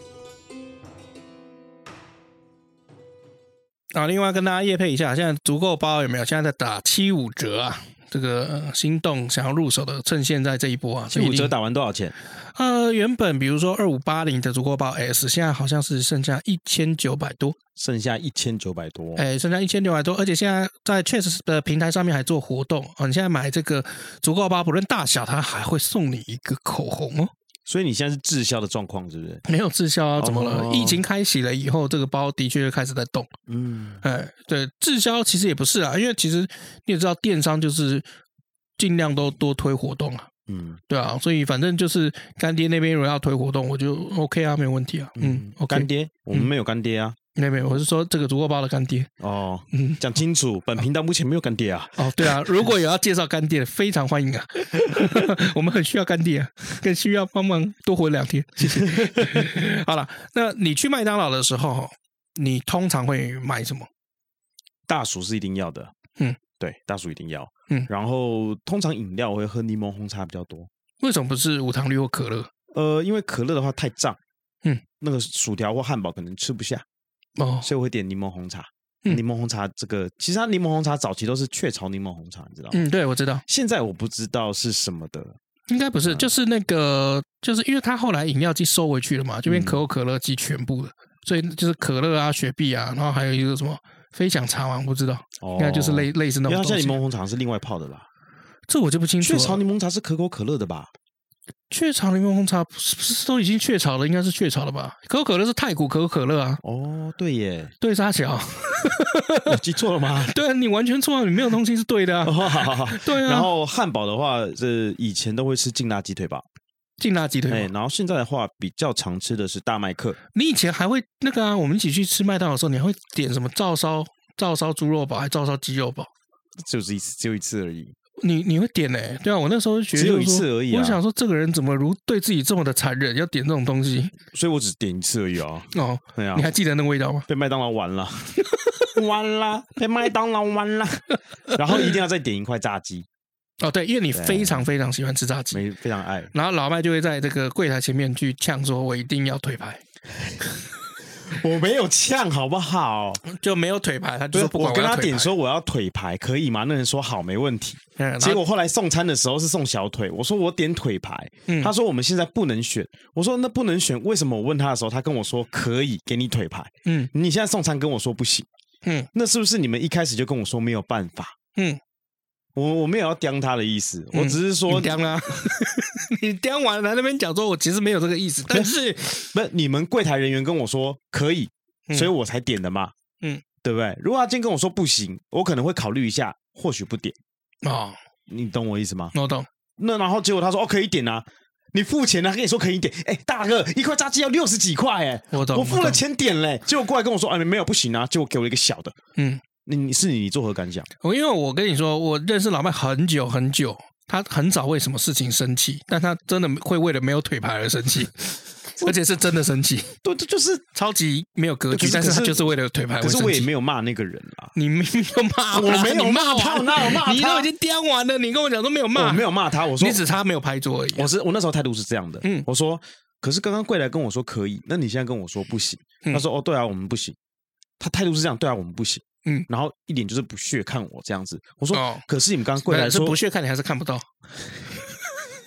啊，另外跟大家业配一下，现在足够包有没有？现在在打七五折啊，这个、呃心动想要入手的，趁现在这一波啊， 七这五一折定打完多少钱？呃，原本比如说二五八零的足够包 S，现在好像是剩下一千九百多，剩下一千九百多。哎，剩下一千六百多，而且现在在 Chase 的平台上面还做活动哦。你现在买这个足够包，不论大小，它还会送你一个口红哦。所以你现在是滞销的状况，是不是？没有滞销啊？怎么了？哦疫情开启了以后，这个包的确开始在动。嗯，哎，对，滞销其实也不是啊，因为其实你也知道，电商就是尽量都多推活动啊，嗯对啊，所以反正就是干爹那边如果要推活动，我就 OK 啊，没有问题啊，嗯我，OK，干爹，我们没有干爹啊。没有没有，我是说这个足够包的干爹。哦，嗯，讲清楚，本频道目前没有干爹啊。哦，对啊，如果有要介绍干爹的，非常欢迎 啊，我们很需要干爹、啊，更需要帮忙多活两天，谢谢。 好了，那你去麦当劳的时候，你通常会买什么？大薯是一定要的，嗯，对，大薯一定要。嗯然后通常饮料我会喝柠檬红茶比较多。为什么不是无糖绿或可乐？呃，因为可乐的话太胀，嗯，那个薯条或汉堡可能吃不下，哦，所以我会点柠檬红茶。嗯柠檬红茶这个，其实它柠檬红茶早期都是雀巢柠檬红茶，你知道吗？嗯，对，我知道，现在我不知道是什么的，应该不嗯是，就是那个，就是因为他后来饮料机收回去了嘛，就变嗯可口可乐机全部的，所以就是可乐啊、雪碧啊，然后还有一个什么飞享茶嘛，我不知道，哦应该就是类类似那因为种它现东在柠檬西。红茶是另外泡的吧？这我就不清楚雀了。巢柠檬茶是可口可乐的吧？雀巢柠檬红茶不是不是都已经雀巢了？应该是雀巢了吧？可口可乐是太古可口可乐啊，哦，对 耶，对沙小，我记错了吗？对啊，你完全错啊，你没有东西是对的哦，好啊。好好。对啊，然后汉堡的话，是以前都会吃劲辣鸡腿堡，劲辣鸡腿哎，堡，然后现在的话比较常吃的是大麦克，你以前还会那个啊，我们一起去吃麦当劳的时候，你还会点什么照烧照烧猪肉堡，还照烧鸡肉堡。就是一次，只有一次而已。你你会点哎、对啊，我那时候就觉得只有就是说一次而已啊我想说，这个人怎么如对自己这么的残忍，要点这种东西所以我只点一次而已哦。哦？对啊你，还记得那个味道吗？被麦当劳玩了， 完了，被麦当劳玩了。 然后一定要再点一块炸鸡，哦，对，因为你对啊非常非常喜欢吃炸鸡，没非常爱。然后老麦就会在这个柜台前面去呛说：“我一定要腿排。” 我没有呛，好不好？就没有腿牌，他就不是说，不管我跟要他腿点牌，说我要腿排，可以吗？那人说好，没问题。嗯然后结果后来送餐的时候是送小腿，我说我点腿排，嗯他说我们现在不能选，我说那不能选，为什么？我问他的时候，他跟我说可以给你腿排，嗯你现在送餐跟我说不行，嗯那是不是你们一开始就跟我说没有办法？嗯，我我没有要刁他的意思，我只是说你 刁啦， 你刁完来那边讲说，我其实没有这个意思， 但是 不是你们柜台人员跟我说可以，嗯所以我才点的嘛，嗯，对不对？如果他今天跟我说不行，我可能会考虑一下，或许不点，哦，你懂我意思吗？我懂，那然后结果他说哦可以点啊，你付钱了、他跟你说可以点，哎大哥一块炸鸡要六十几块哎、我懂，我付了懂，钱点嘞、结果过来跟我说啊没有不行啊，结果给我一个小的，嗯，你你是你你作何感想？哦我因为我跟你说，我认识老麦很久很久，他很少为什么事情生气，但他真的会为了没有腿牌而生 气，而且是真的生气，对，这就是，超级没有格可局，是但是他可是就是为了腿牌可会是生我也气。没有骂那个人啊，你没有骂我啦没有你骂骂他我哪有骂他你都已经刁完了，你跟我讲都没有骂，我哦没有骂他，我说你只差没有拍桌而已啊。我是我那时候态度是这样的，嗯我说，可是刚刚柜台跟我说可以，那你现在跟我说不行，嗯他说哦对啊，我们不行，他态度是这样，对啊，我们不行，嗯，然后一脸就是不屑看我这样子，我说，哦可是你们刚刚柜台是说不屑看你还是看不到？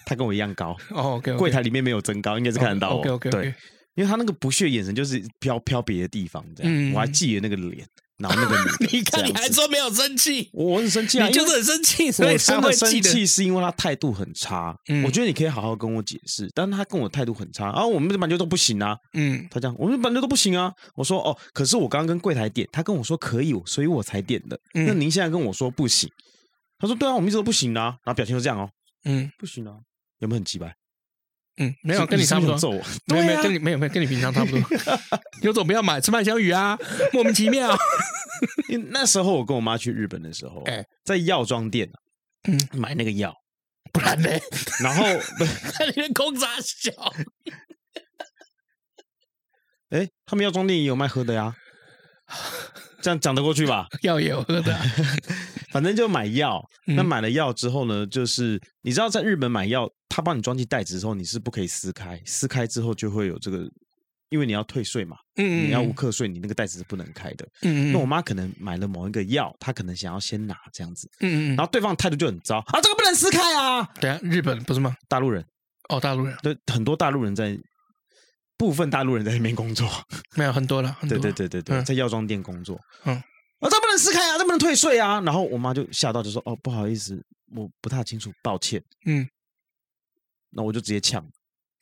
他跟我一样高，哦，OK，哦柜台里面没有增高，应该是看得到我， OK OK，对，因为他那个不屑眼神就是飘飘别的地方这样，嗯我还记得那个脸，然后那个女的 你看这你样子还说没有生气，我我很生气啊，你就因为是很生气，所以我才真的会生记得。气是因为他态度很差，嗯我觉得你可以好好跟我解释，但是他跟我态度很差，啊，我们的板球都不行啊，嗯他讲我们板球都不行啊，我说哦，可是我刚刚跟柜台点，他跟我说可以，所以我才点的，嗯那您现在跟我说不行，他说对啊，我们一直都不行啊，然后表情就这样哦，嗯不行啊，有没有很鸡掰？嗯，没有是跟你是差不是想，多揍我，没有对没有啊跟你没有没有跟你平常差 不多。有种不要买，吃麦香鱼啊， 莫名其妙。因为那时候我跟我妈去日本的时候，哎在药妆店、啊嗯买那个药，不然呢？ 然后 看你的空傻小，哎、他们药妆店也有卖喝的 呀，这样讲得过去吧？药也有喝的啊。反正就买药。嗯那买了药之后呢，就是你知道在日本买药，他帮你装进袋子之后，你是不可以撕开，撕开之后就会有这个。因为你要退税嘛，嗯，你要无课税，你那个袋子是不能开的。嗯嗯那我妈可能买了某一个药，她可能想要先拿这样子，嗯然嗯嗯。后对方态度就很糟啊，这个不能撕开啊！等一下日本不是吗？大陆人，哦，大陆人对，很多大陆人在部分大陆人在那边工作，没有很多了，很多对了对对对对，嗯在药妆店工作，嗯啊，这不能撕开啊，这不能退税啊。然后我妈就吓到，就说：“哦，不好意思，我不太清楚，抱歉。”嗯，那我就直接呛，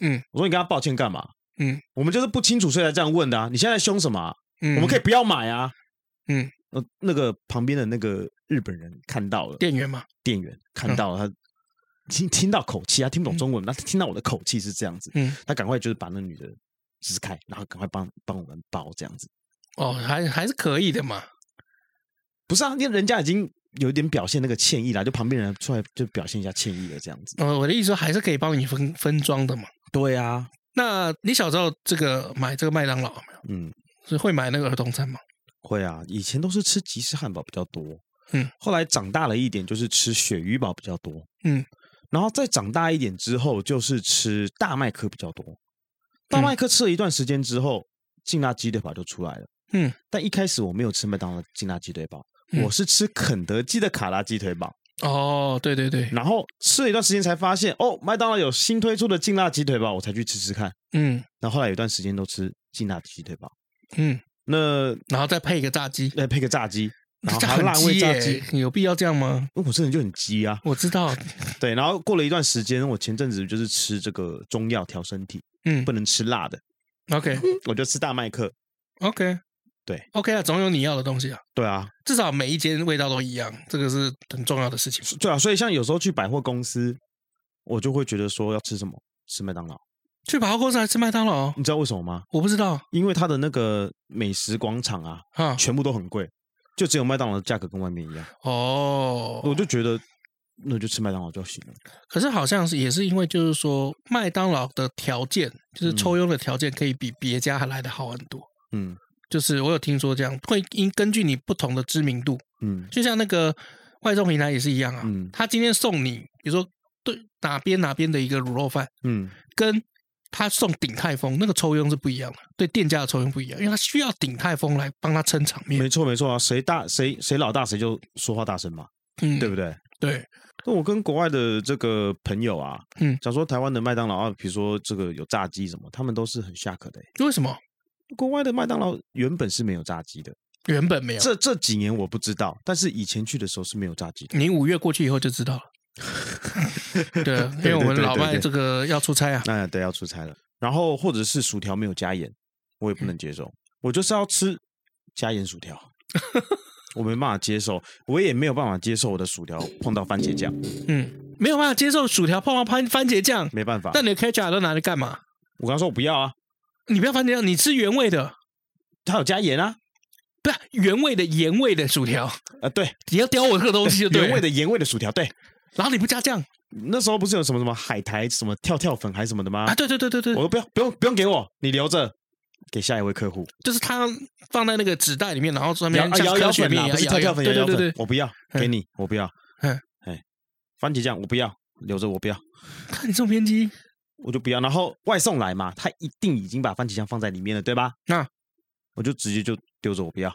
嗯，我说你跟他抱歉干嘛？嗯，我们就是不清楚，所以才这样问的啊。你现在凶什么啊、嗯，我们可以不要买啊。嗯，呃，那个旁边的那个日本人看到了，店嗯员嘛，店员看到了，他听听到口气，他听不懂中文，那他听到我的口气是这样子，嗯，他赶快就是把那女的支开，然后赶快帮帮我们包这样子。哦，还还是可以的嘛。不是啊，因为人家已经有一点表现那个歉意啦，就旁边人出来就表现一下歉意了这样子。呃，我的意思说还是可以帮你分分装的嘛。对啊，那你小时候这个买这个麦当劳没有嗯，是会买那个儿童餐吗？会啊，以前都是吃吉士汉堡比较多，嗯，后来长大了一点就是吃鳕鱼堡比较多，嗯，然后再长大一点之后就是吃大麦克比较多。嗯大麦克吃了一段时间之后，劲辣鸡腿堡就出来了。嗯，但一开始我没有吃麦当劳劲辣鸡腿堡，嗯我是吃肯德基的卡拉鸡腿堡。哦，对对对，然后吃了一段时间才发现，哦，麦当劳有新推出的劲辣鸡腿堡，我才去吃吃看。嗯然后后来有一段时间都吃劲辣鸡腿堡，嗯，那呃然后再配一个炸鸡，再配个炸鸡，然后这 还有很辣味鸡炸耶鸡，，有必要这样吗？我这人就很鸡啊。我知道，对，然后过了一段时间，我前阵子就是吃这个中药调身体，嗯不能吃辣的， ，OK 我就吃大麦克。 OK，对 OK 啊，总有你要的东西啊，对啊，至少每一间味道都一样，这个是很重要的事情。对啊，所以像有时候去百货公司，我就会觉得说要吃什么，吃麦当劳。去百货公司还吃麦当劳，你知道为什么吗？我不知道因为它的那个美食广场啊，啊。全部都很贵，就只有麦当劳的价格跟外面一样。我哦，就觉得那就吃麦当劳就行了。可是好像是也是因为就是说麦当劳的条件，就是抽佣的条件可以比别家还来的好很多。嗯就是我有听说这样，会因根据你不同的知名度，嗯就像那个外送平台也是一样啊。嗯他今天送你，比如说对哪边哪边的一个卤肉饭，嗯跟他送鼎泰丰那个抽佣是不一样的，对店家的抽佣不一样，因为他需要鼎泰丰来帮他撑场面。没错没错啊，谁大谁谁老大谁就说话大声嘛，嗯，对不对？对，那我跟国外的这个朋友啊，嗯想说台湾的麦当劳啊，比如说这个有炸鸡什么，他们都是很下课的、欸。为什么国外的麦当劳原本是没有炸鸡的，原本没有？这这几年我不知道，但是以前去的时候是没有炸鸡的。你五月过去以后就知道了。嗯对，因为我们老对对对麦对这个要出差 啊，那对要出差了，然后或者是薯条没有加盐，我嗯也不能接受，我就是要吃加盐薯 条，我没办法接受，我也没有办法接受我的薯条碰到番茄酱，嗯，没有办法接受薯条泡到番番茄酱。没办法。那你的 ketchup 都拿来干嘛？我刚说我不要啊，你不要番茄酱，你吃原味的，它有加盐啊，不是原味的盐味的薯条，啊对，你要叼我这个东西就对 了原味的盐味的薯条，对，然后你不加酱那时候不是有什么什么海苔什么跳跳粉还是什么的吗？啊？对对对对对我，说不用不用不用给我，你留着给下一位客户。就是它放在那个纸袋里面，然后上面摇啊像摇科摇学粉面啦一不样是跳跳粉，对摇对摇对粉对，，我不要，嗯给你，我不要。嗯哎，番茄酱我不要，留着我不要，看你这么偏激，我就不要。然后外送来嘛，他一定已经把番茄酱放在里面了，对吧？啊我就直接就丢着，我不要。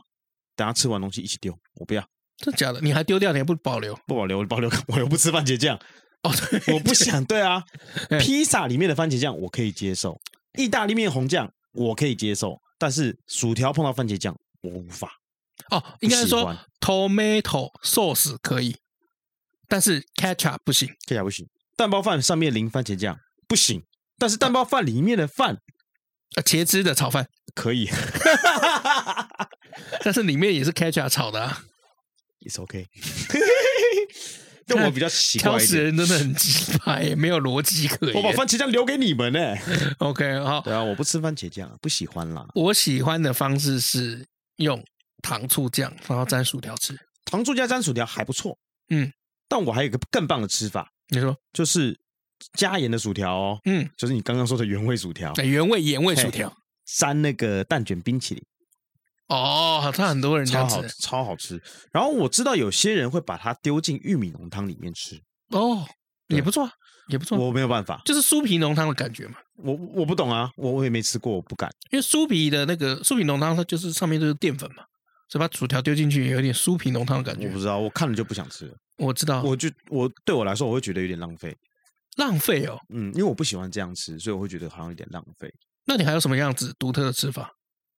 等他吃完东西一起丢，我不要，真假的？你还丢掉，你还不保留？不保留，我保留， 我又不吃番茄酱，哦，对，我不想。对啊 嗯，披萨里面的番茄酱我可以接受，意大利面红酱我可以接受，但是薯条碰到番茄酱我无法。哦，应该是不说喜欢 tomato sauce 可以，但是 ketchup 不行。这还不行。蛋包饭上面淋番茄酱不行，但是蛋包饭里面的饭呃，茄汁的炒饭， 可以但是里面也是 ketchup 炒的、啊， ，is OK。但我比较奇怪挑一食点，人真的很鸡排，也没有逻辑可我把言。番茄酱留给你们呢、 OK，好，对啊，我不吃番茄酱，不喜欢啦。我喜欢的方式是用糖醋酱，然后沾薯条吃。糖醋加沾薯条还不错，嗯，但我还有一个更棒的吃法，你说，就是加盐的薯条哦，嗯，就是你刚刚说的原味薯条，哎原味盐味薯条。沾那个蛋卷冰淇淋，哦，他很多人这超样好子。超好吃。然后我知道有些人会把它丢进玉米浓汤里面吃，哦，对也不错啊，也不错啊，我没有办法，就是酥皮浓汤的感觉嘛。我我不懂啊，我我也没吃过，我不敢。因为酥皮的那个酥皮浓汤，它就是上面都是淀粉嘛，所以把薯条丢进去也有点酥皮浓汤的感我觉啊不。知道，我看了就不想吃了。我知道，我就我对我来说，我会觉得有点浪费。浪费哦。嗯，因为我不喜欢这样吃，所以我会觉得好像有点浪费。那你还有什么样子独特的吃法？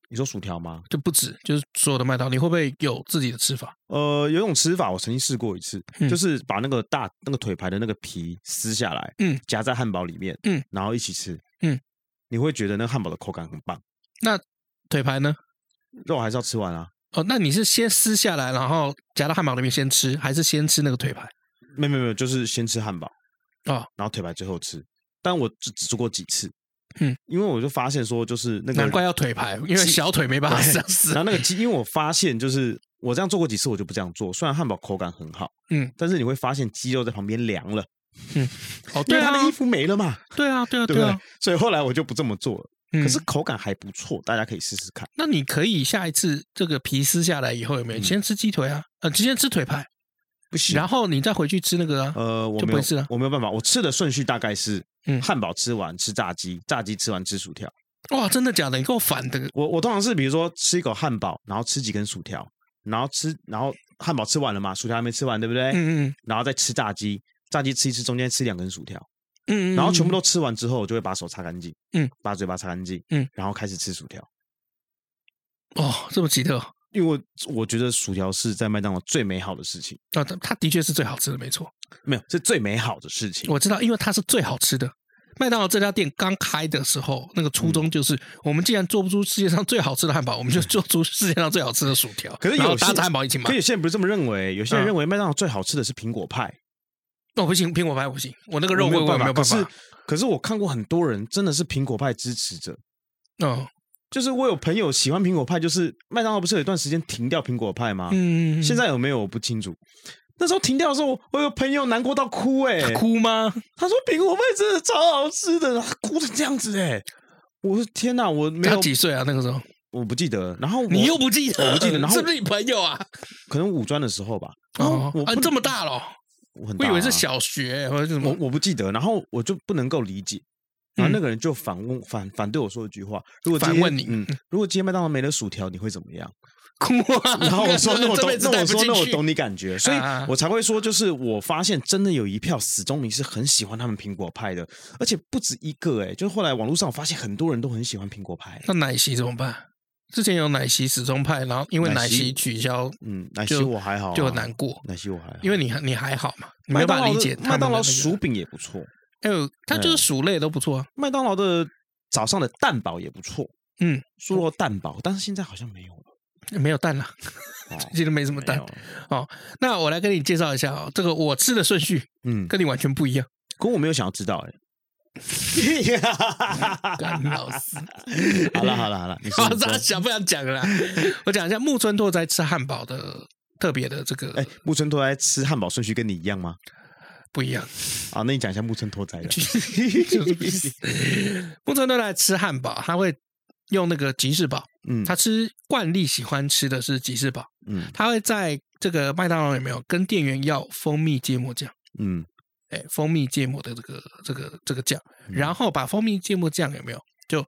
你说薯条吗？就不止就是所有的麦当劳，你会不会有自己的吃法？呃，有一种吃法我曾经试过一次，嗯就是把那个大那个腿排的那个皮撕下来，嗯，夹在汉堡里面，嗯，然后一起吃，嗯，你会觉得那个汉堡的口感很棒，那腿排呢？肉还是要吃完啊。哦，那你是先撕下来，然后夹到汉堡里面先吃，还是先吃那个腿排？没有没有没有，就是先吃汉堡哦，然后腿排最后吃。但我只只做过几次，嗯，因为我就发现说，就是那个难怪要腿排，因为小腿没办法对这样撕然。后那个鸡，因为我发现就是我这样做过几次，我就不这样做。虽然汉堡口感很好，嗯，但是你会发现鸡肉在旁边凉了，哦，因对为啊它，的衣服没了嘛，对啊，对啊，对不对对啊。？所以后来我就不这么做了。嗯可是口感还不错，大家可以试试看。那你可以下一次这个皮撕下来以后有没有嗯先吃鸡腿啊？呃，直接吃腿排，不行然后你再回去吃那个啊。呃，我就没不有会吃了，我没有办法。我吃的顺序大概是嗯汉堡吃完吃炸鸡，炸鸡吃完吃薯条。哇，真的假的？你够反的。我我通常是比如说吃一口汉堡，然后吃几根薯条，然后吃，然后汉堡吃完了嘛，薯条还没吃完，对不对？嗯嗯然后再吃炸鸡，炸鸡吃一吃，中间吃两根薯条。嗯嗯，然后全部都吃完之后，我就会把手擦干净，嗯，把嘴巴擦干净，嗯，然后开始吃薯条，哦，这么奇特。因为我我觉得薯条是在麦当劳最美好的事情，啊，它它的确是最好吃的，没错，没有是最美好的事情。我知道，因为它是最好吃的。麦当劳这家店刚开的时候，那个初嗯衷就是，我们既然做不出世界上最好吃的汉堡，我们就做出世界上最好吃的薯条，可是然后有些搭着汉堡一起买可。有些人不是这么认为，有些人嗯认为麦当劳最好吃的是苹果派，那、我哦不行，苹果派不行，我那个肉我味没有我也没有可办是法。可是我看过很多人真的是苹果派支持者，嗯就是我有朋友喜欢苹果派，就是麦当劳不是有一段时间停掉苹果派吗？嗯，现在有没有我不清楚。那时候停掉的时候，我有朋友难过到哭哎、嗯哭吗？他说苹果派真的超好吃的，他哭成这样子哎、我说天哪，我没他有，几岁啊？那个时候我不记得了。然后我你又不记得？我不记得然后是不是你朋友啊？可能五专的时候吧，然后哦我，啊不，这么，大了哦，我很我大以啊为是，小学或者是什我么。我不记得，然后我就不能够理解，然后那个人就反问反反对我说一句话：如果今嗯反天问你嗯，如果今天麦当劳没了薯条，你会怎么样？哭啊！然后我 说那我这懂辈，子那带我不说进那我去懂你感觉，所以啊我才会说，就是我发现真的有一票死忠迷是很喜欢他们苹果派的，而且不止一个哎、就是后来网络上我发现很多人都很喜欢苹果派，那奶昔怎么办？之前有奶昔始终派，然后因为奶奶昔昔取消嗯，奶昔就我还好、啊，就很难过，奶昔我还好，因为你还你还好嘛，你没有办法理解他麦们的当那劳个薯，饼也不错，哎呦，它就是嗯薯类都不错啊。麦当劳的早上的蛋堡也不错，嗯，酥肉蛋堡，但是现在好像没有了，没有蛋了，哦最近都 没什么没蛋有。了，那我来跟你介绍一下哦，这个我吃的顺序嗯，跟你完全不 一样，可我没有想要知道哎、 干老师。好了好了好了，你 说好，你说大想不想讲了啦？ 我讲一下木村拓哉吃汉堡的特别的这哎个，木村拓哉吃汉堡顺序跟你一样吗？不一 样，啊，那你讲一下木村拓哉的。就是必须。 木村拓哉吃汉堡，他会用那个吉士堡，嗯，他吃惯例喜欢吃的是吉士堡，嗯他会在这个麦当劳有没有跟店员要蜂蜜芥末酱？嗯哎，蜂蜜芥末的这个这个这个酱，嗯然后把蜂蜜芥末酱有没有就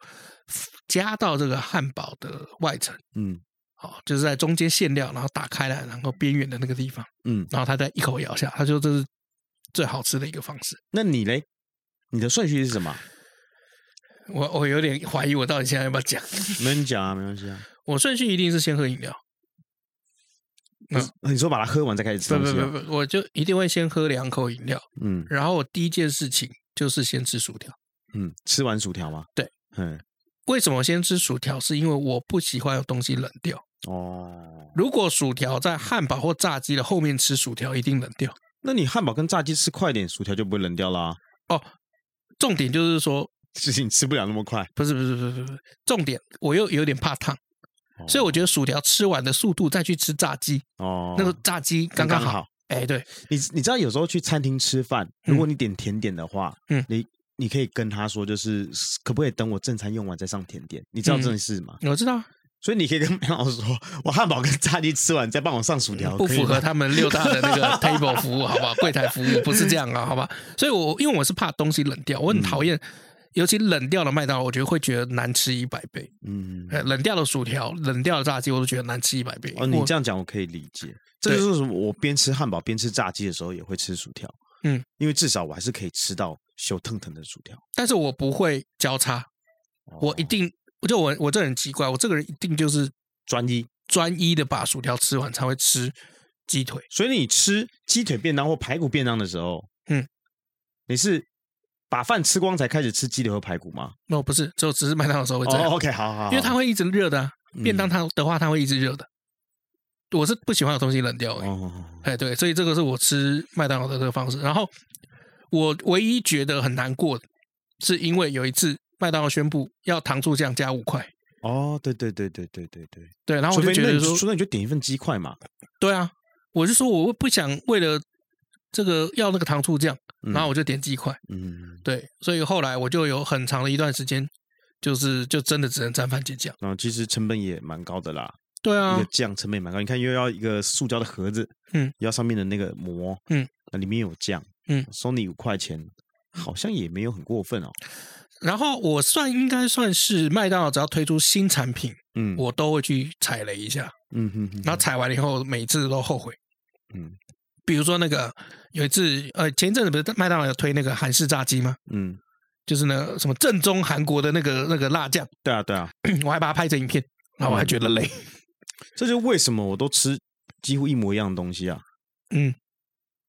加到这个汉堡的外层，嗯好，就是在中间馅料，然后打开来，然后边缘的那个地方，嗯，然后他再一口咬下，他说这是最好吃的一个方式。那你嘞？你的顺序是什么？我我有点怀疑，我到底现在要不要讲？ 没人讲啊，没关系啊。我顺序一定是先喝饮料，你说把它喝完再开始吃不东不西啊？不不，我就一定会先喝两口饮料，嗯然后我第一件事情就是先吃薯条。嗯，吃完薯条吗？对，嗯为什么先吃薯条？是因为我不喜欢有东西冷掉。哦。如果薯条在汉堡或炸鸡的后面吃薯条，一定冷掉。那你汉堡跟炸鸡吃快点，薯条就不会冷掉啦、哦重点就是说，事情吃不了那么快，不是不是不是不是不是，重点我又有点怕烫，所以我觉得薯条吃完的速度再去吃炸鸡，得哦，那个炸鸡刚刚刚好。。哎，对，你你知道有时候去餐厅吃饭，如果你点甜点的话，嗯你你可以跟他说，就是可不可以等我正餐用完再上甜点？你知嗯道这件事吗？我知道啊所以你可以跟麦当劳说，我汉堡跟炸鸡吃完再帮我上薯条，嗯不可以符合吗他们六大的 那个 table 服务，好不好？柜台服务不是这样啊，好吧？所以我因为我是怕东西冷掉，嗯我很讨厌，尤其冷掉的麦当劳，我觉得会觉得难吃一百倍。嗯，呃冷掉的薯条、冷掉的炸鸡，我都觉得难吃一百倍。哦，你我这样讲我可以理解，这就是为什么我边吃汉堡边吃炸鸡的时候也会吃薯条，嗯，因为至少我还是可以吃到修腾腾的薯条。但是我不会交叉，哦我一定，我就我我这人很奇怪，我这个人一定就是专一，专一的把薯条吃完才会吃鸡腿。所以你吃鸡腿便当或排骨便当的时候，嗯，你是把饭吃光才开始吃鸡腿和排骨吗？那、不是，只有只是麦当劳的时候会这样，哦，OK，好好好，因为它会一直热的、啊。嗯便当它的话，它会一直热的。我是不喜欢有东西冷掉的。哦，哎，对，所以这个是我吃麦当劳的这个方式。然后我唯一觉得很难过，的，是因为有一次麦当劳宣布要糖醋酱加五块，哦，对对对对对对对，对，然后除我就非觉那得你说，除非你就点一份鸡块嘛，对啊，我就说我不想为了这个要那个糖醋酱，嗯然后我就点鸡块，嗯，对，所以后来我就有很长的一段时间，就是就真的只能沾饭蘸酱，然后其实成本也蛮高的啦，对一啊个，酱成本也蛮高，你看又要一个塑胶的盒子，嗯，要上面的那个膜，嗯，那里面有酱，嗯收你五块钱，好像也没有很过分哦，然后我算应该算是麦当劳只要推出新产品，嗯，我都会去踩雷一下，嗯哼哼，然后踩完了以后，每次都后悔。嗯比如说那个有一次，呃，前一阵子不是麦当劳有推那个韩式炸鸡吗？嗯，就是那个什么正宗韩国的那个那个辣酱， 对啊对啊，我还把它拍成影片，然嗯后我还觉得累。这就是为什么我都吃几乎一模一样的东西啊，嗯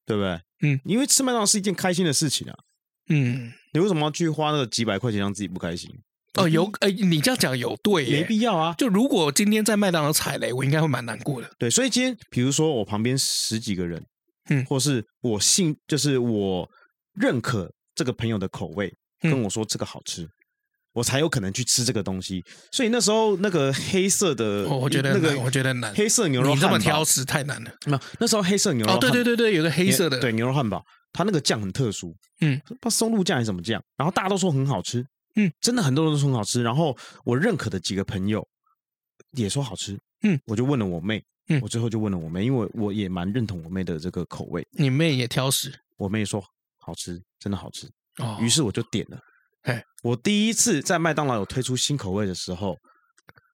对不对？嗯，因为吃麦当劳是一件开心的事情啊，嗯，你为什么要去花那个几百块钱让自己不开心？哦，有，哎、你这样讲有对没耶。必要啊。就如果今天在麦当劳踩雷，我应该会蛮难过的。对，所以今天比如说我旁边十几个人，嗯或是我信，就是我认可这个朋友的口味，嗯跟我说这个好吃。我才有可能去吃这个东西，所以那时候那个黑色的，哦我我觉得那很难个我觉得很难黑色牛肉你这汉堡么挑，食太难了。没有那时候黑色牛肉哦，对对汉堡对对，有个黑色的，对牛肉汉堡，它那个酱很特殊，嗯，不知道松露酱还是什么酱，然后大家都说很好吃，嗯，真的很多人都说很好吃，然后我认可的几个朋友也说好吃，嗯，我就问了我妹，嗯我最后就问了我妹，因为我也蛮认同我妹的这个口味，你妹也挑食我妹说好吃，真的好吃，哦。于是我就点了，嘿我第一次在麦当劳有推出新口味的时候，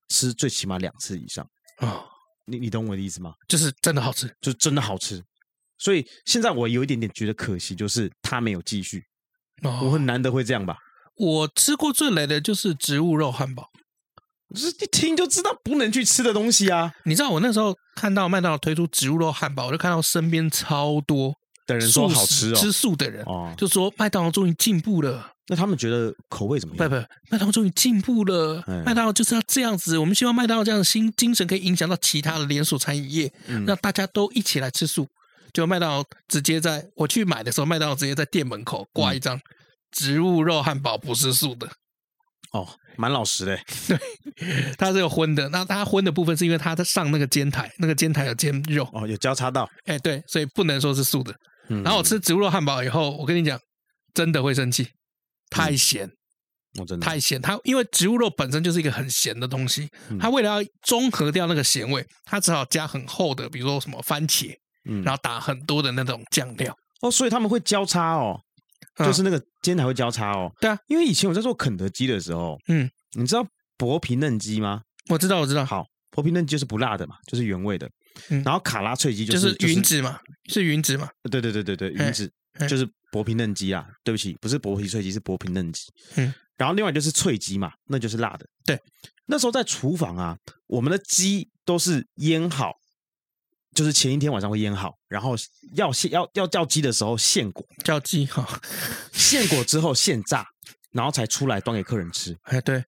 吃最起码两次以上。哦，你你懂我的意思吗？就是真的好吃。就真的好吃。所以现在我有一点点觉得可惜，就是它没有继续。我哦，很难得会这样吧？我吃过最雷的就是植物肉汉堡。就是一听就知道不能去吃的东西啊。你知道我那时候看到麦当劳推出植物肉汉堡，我就看到身边超多的人素说食好吃哦，吃素的人哦，就说麦当劳终于进步了。那他们觉得口味怎么不样？不，麦当劳终于进步了。嗯麦当劳就是要这样子，我们希望麦当劳这样的新精神可以影响到其他的连锁餐饮业，嗯让大家都一起来吃素。就麦当劳直接在我去买的时候，麦当劳直接在店门口嗯挂一张植物肉汉堡不是素的，哦，蛮老实的欸。 它是有荤的。那它荤的部分是因为它在上那个煎台，那个煎台有煎肉，哦，有交叉到。哎，对，所以不能说是素的。嗯然后我，吃植物肉汉堡以后，我跟你讲，真的会生气，太咸。嗯我真的太咸，它因为植物肉本身就是一个很咸的东西嗯，它为了要中和掉那个咸味，它只好加很厚的，比如说什么番茄，嗯然后打很多的那种酱料。哦，所以他们会交叉哦，嗯就是那个煎台会交叉哦。对啊，因为以前我在做肯德基的时候，嗯，你知道薄皮嫩鸡吗？我知道，我知道，好，薄皮嫩鸡就是不辣的嘛，就是原味的。嗯然后卡拉脆鸡就是是就是云子嘛，是云子嘛，对对对对对，嘿云子嘿就是薄皮嫩鸡啊，对不起，不是薄皮脆鸡，是薄皮嫩鸡。嗯，然后另外就是脆鸡嘛，那就是辣的。对，那时候在厨房啊，我们的鸡都是腌好，就是前一天晚上会腌好，然后要现要要叫鸡的时候现裹，叫鸡哈，现裹之后现炸，然后才出来端给客人吃。哎对，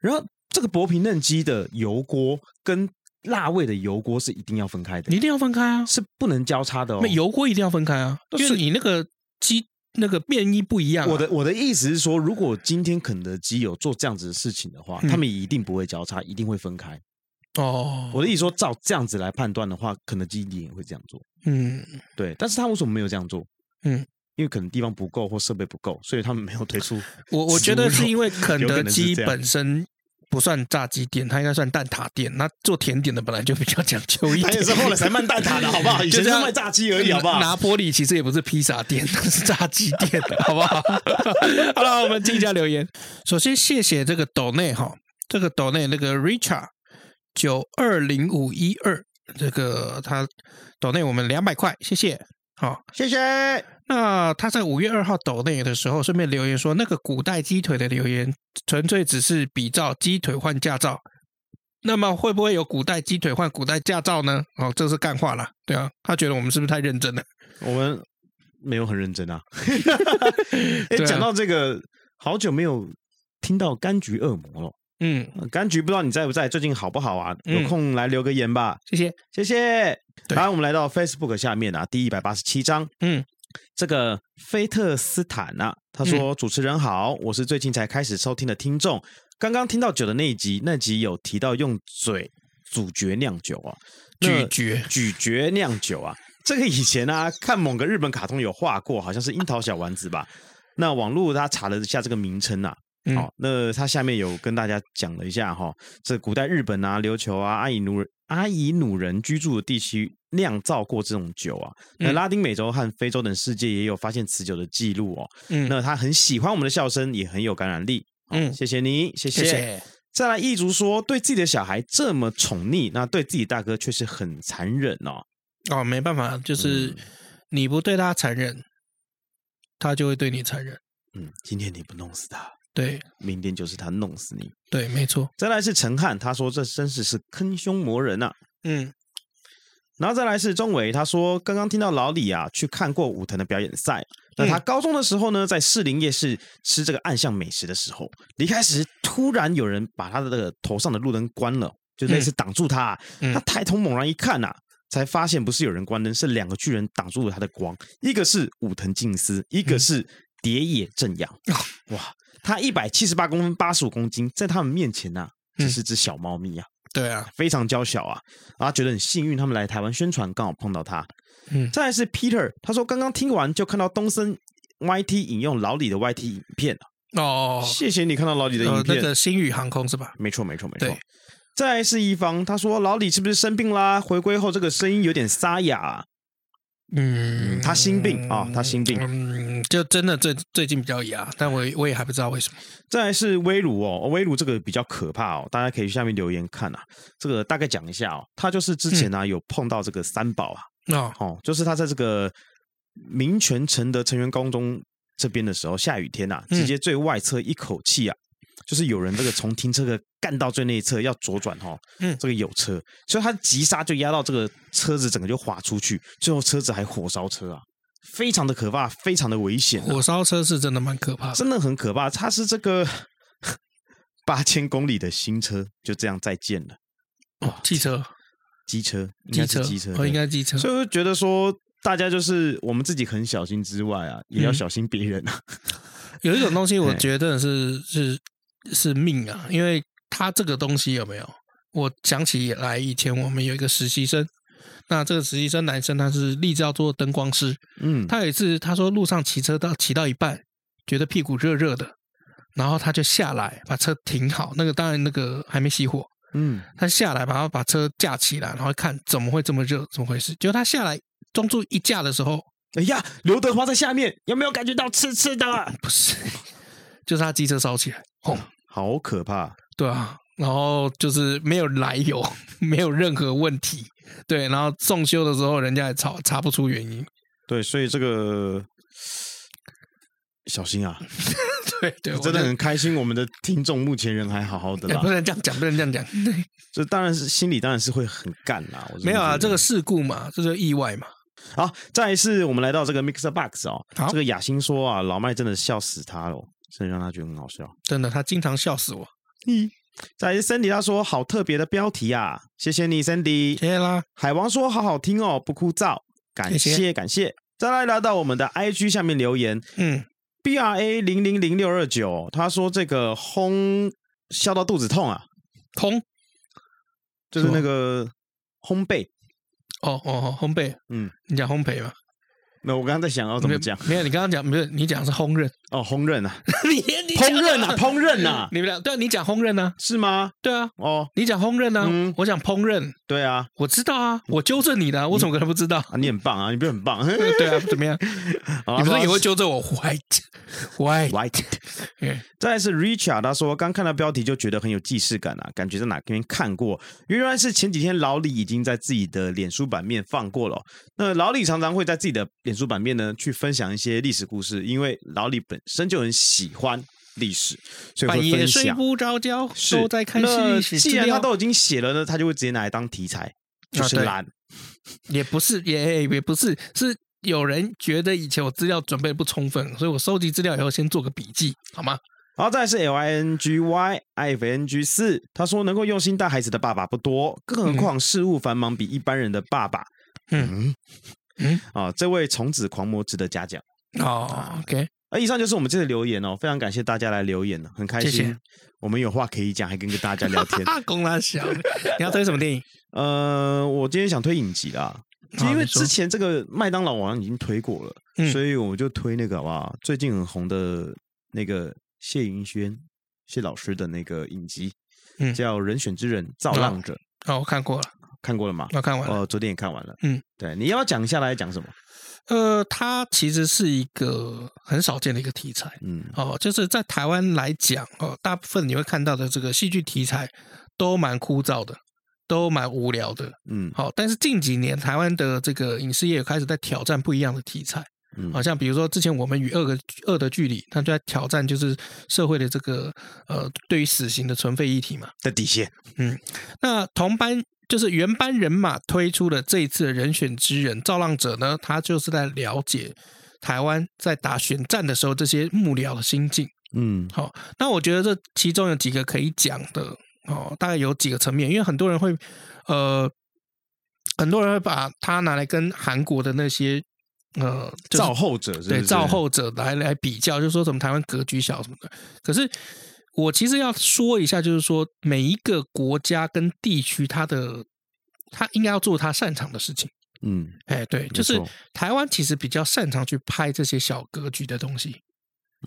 然后这个薄皮嫩鸡的油锅跟辣味的油锅是一定要分开的你，一定要分开啊，是不能交叉的哦。那油锅一定要分开啊，那因是为你那个鸡那个面衣不一样啊。我的我的意思是说，如果今天肯德基有做这样子的事情的话，嗯他们一定不会交叉，一定会分开。哦，我的意思说，照这样子来判断的话，肯德基一定也会这样做。嗯，对，但是他为什么没有这样做？嗯，因为可能地方不够或设备不够，所以他们没有推 出。我我觉得是因为肯有可德能是基这样本身。不算炸鸡店，它应该算蛋挞店。那做甜点的本来就比较讲究一点，后来才卖蛋挞的，好不 好？以就这样鸡拿拿坡里其实也不是披萨店， 是炸鸡店，好不好？好了，我们听一下留言。首先谢谢这个斗内哈，这个斗内那个 Richard 九二零五一二，这个他斗内我们两百块，谢谢。好，谢谢。那他在五月二号抖内的时候，顺便留言说，那个古代鸡腿的留言，纯粹只是比照鸡腿换驾照。那么会不会有古代鸡腿换古代驾照呢？哦，这是干话啦，对啊，他觉得我们是不是太认真了？我们没有很认真 啊。哎，对啊讲到这个，好久没有听到柑橘恶魔了。嗯，柑橘不知道你在不在，最近好不好啊？嗯有空来留个言吧，谢谢。谢谢。对然后我们来到 Facebook 下面啊，第一百八十七章，嗯，这个菲特斯坦啊，他说：“主持人好，我是最近才开始收听的听众，刚刚听到酒的那一集，那集有提到用嘴咀嚼酿酒啊，那咀嚼咀嚼酿酒啊，这个以前啊，看某个日本卡通有画过，好像是樱桃小丸子吧。那网络他查了一下这个名称啊，嗯好、那他下面有跟大家讲了一下哈、这古代日本啊、琉球啊、阿伊努阿伊努人居住的地区酿造过这种酒啊。那嗯拉丁美洲和非洲等世界也有发现此酒的记录哦。嗯那他很喜欢我们的笑声，也很有感染力。嗯，谢谢你，谢谢谢。再来，易竹说对自己的小孩这么宠溺，那对自己大哥却是很残忍哦。哦，没办法，嗯就是你不对他残忍，他就会对你残忍。嗯，今天你不弄死他，对明天就是他弄死你。对，没错。再来是陈汉，他说这真是是坑凶魔人啊。嗯然后再来是钟伟，他说刚刚听到老李啊去看过武藤的表演赛。那他高中的时候呢，在士林夜市吃这个暗巷美食的时候，离开时突然有人把他的这个头上的路灯关了，就类似挡住他啊、嗯他抬头猛然一看呐、才发现不是有人关灯，是两个巨人挡住了他的光，一个是武藤静司，一个是蝶野正阳。哇，他一百七十八公分，八十五公斤，在他们面前呐、啊只是只小猫咪啊。对啊，非常娇小啊，然后觉得很幸运，他们来台湾宣传刚好碰到他。嗯再来是 Peter，他说刚刚听完就看到东森 YT 引用老李的 YT 影片了、哦，谢谢你看到老李的呃影，那片，个星宇航空是吧？没错没错没错对。再来是一方，他说老李是不是生病啦？回归后这个声音有点沙哑啊、嗯，他心病啊他心病嗯，就真的最最近比较牙，但我也我也还不知道为什么。再来是微乳哦，哦微乳这个比较可怕哦，大家可以去下面留言看啊。这个大概讲一下哦，他就是之嗯前呢、有碰到这个三宝啊，哦，哦，就是他在这个民权城的成员高中这边的时候，下雨天呐、啊，嗯直接最外侧一口气啊，就是有人这个从停车格干到最内侧要左转哈、哦，嗯这个有车，所以他急刹就压到这个车子整个就滑出去，最后车子还火烧车啊，非常的可怕，非常的危险、啊，火烧车是真的蛮可怕的。真的很可怕。它是这个八千公里的新车就这样再见了，哦，汽车，机车，应机该是车，机车，哦，对应该机车。所以我就觉得说，大家就是我们自己很小心之外啊，也要小心别人啊。 有一种东西，我觉得是是是命啊，因为它这个东西有没有？我想起来以前我们有一个实习生，那这个实习生男生他是立志要做灯光师，嗯，他有一次他说路上骑车到骑到一半，觉得屁股热热的，然后他就下来把车停好，那个当然那个还没熄火，嗯，他下来，然后把车架起来，然后看怎么会这么热，怎么回事？结果他下来中柱一架的时候，哎呀，刘德华在下面，有没有感觉到刺刺的啊？不是， 就是他机车烧起来，轰，好可怕！对啊，然后就是没有来由， 没有任何问题，对，然后送修的时候人家也查查不出原因， 对，所以这个小心啊！对对，我真的就很啊开心，我们的听众目前人还好好的哎不啦。能这样讲，不能这样讲，对，这当然是心里当然是会很干啦。我真的没有啊，觉这得个事故嘛，这就意外嘛，好，再来是我们来到这个 Mixer Box 哦，好这个雅欣说啊，老麦真的笑死他了，哦真的让他觉得很好笑。真的，他经常笑死我，嗯再来是 Sandy 他说好特别的标题啊，谢谢你 Sandy。谢谢啦，海王说：“好好听哦，不枯燥，感谢谢谢感谢。”再来来到我们的 IG 下面留言嗯， ，B R A 零零零六二九，他说这个烘笑到肚子痛啊，烘，就是是吗那个烘焙。哦哦，哦烘焙，嗯，你讲烘焙嘛，那我刚刚在想要怎么讲没有？没有，你刚刚讲不是你讲的是烘 饪，哦，烘饪 啊，你你烹讲的 饪啊，烹饪啊，你们俩对啊，你讲烹饪啊，是吗？对啊，哦，你讲烘饪啊，嗯我讲烹饪，对啊，我知道啊，我纠正你的啊、我怎么可能不知道？ 啊，你很棒啊，你不是很棒？嗯对啊，怎么样？好啊啦你说不是到也会纠正我 white white？ White。再来是 Richard，他说刚看到标题就觉得很有既视感啊，感觉在哪边看过。原来是前几天老李已经在自己的脸书版面放过了哦、那老李常常会在自己的脸书版面呢去分享一些历史故事，因为老李本身就很喜欢历史，所以半会夜分睡享。不着觉，是，都在看那戏史既资然他料。啊都已经写了呢，他就会直接拿来当题材，就是对懒。也不是，也也不是，是有人觉得以前我资料准备不充分，所以我收集资料以后先做个笔记，好吗？然后再来是 L I N G Y I F N G 四，他说能够用心带孩子的爸爸不多，更何况事务繁忙比一般人的爸爸。嗯嗯啊，这位从子狂魔值得嘉奖。啊哦，OK，而以上就是我们这次留言哦，非常感谢大家来留言哦呢，很开心。谢谢我们有话可以讲，还跟跟大家聊天。 啊，公拉小，你要推什么电影？啊呃，我今天想推影集啦，就因为你说之前这个麦当劳我好像已经推过了，嗯所以我就推那个好不好？最近很红的那个谢云轩谢老师的那个影集，嗯叫《人选之人造浪者》，哦，我看过了，看过了吗？我看完了。哦，昨天也看完了。嗯，对，你要不要讲一下来讲什么？呃，它其实是一个很少见的一个题材嗯哦，就是在台湾来讲哦，大部分你会看到的这个戏剧题材都蛮枯燥的，都蛮无聊的。嗯好、但是近几年台湾的这个影视业开始在挑战不一样的题材，嗯好、，像比如说之前我们与恶的恶的距离，它就在挑战就是社会的这个呃对于死刑的存废议题嘛。的底线。那同班就是原班人马推出的这一次的人选之人造浪者呢，他就是在了解台湾在打选战的时候这些幕僚的心境。嗯好、那我觉得这其中有几个可以讲的哦，大概有几个层面，因为很多人会呃，很多人会把它拿来跟韩国的那些呃、就是造后者是不是对造后者来来比较，就说什么台湾格局小什么的。可是我其实要说一下，就是说每一个国家跟地区，它的它应该要做它擅长的事情。嗯，哎，对，就是没错台湾其实比较擅长去拍这些小格局的东西，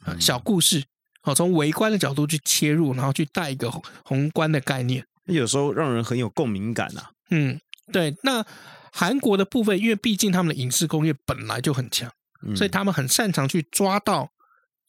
啊，嗯小故事。哦，从微观的角度去切入，然后去带一个宏宏观的概念。有时候让人很有共鸣感啊。嗯，对。那韩国的部分，因为毕竟他们的影视工业本来就很强，嗯所以他们很擅长去抓到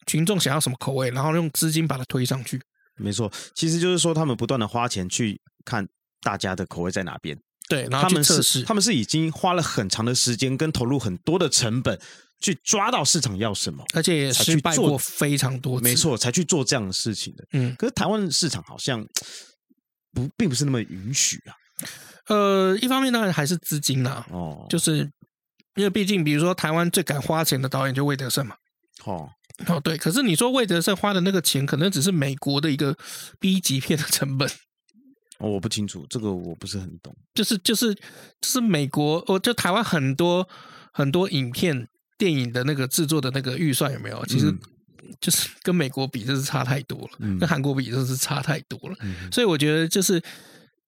群众想要什么口味，然后用资金把它推上去。没错，其实就是说他们不断的花钱去看大家的口味在哪边，对，然他后去们测是试。他们是已经花了很长的时间跟投入很多的成本去抓到市场要什么，而且也才失去败做过非常多次，没，错，才去做这样的事情的。嗯，可是台湾市场好像不并不是那么允许啊。呃，一方面当然还是资金啦，哦，就是因为毕竟，比如说台湾最敢花钱的导演就魏德圣嘛。哦，哦，对，可是你说魏德圣花的那个钱，可能只是美国的一个 B 级片的成本，哦我不清楚，这个我不是很懂。就是就是就是美国，哦，就台湾很多很多影片电影的那个制作的那个预算有没有？其实嗯就是跟美国比，真是差太多了，嗯跟韩国比真是差太多了。嗯所以我觉得就是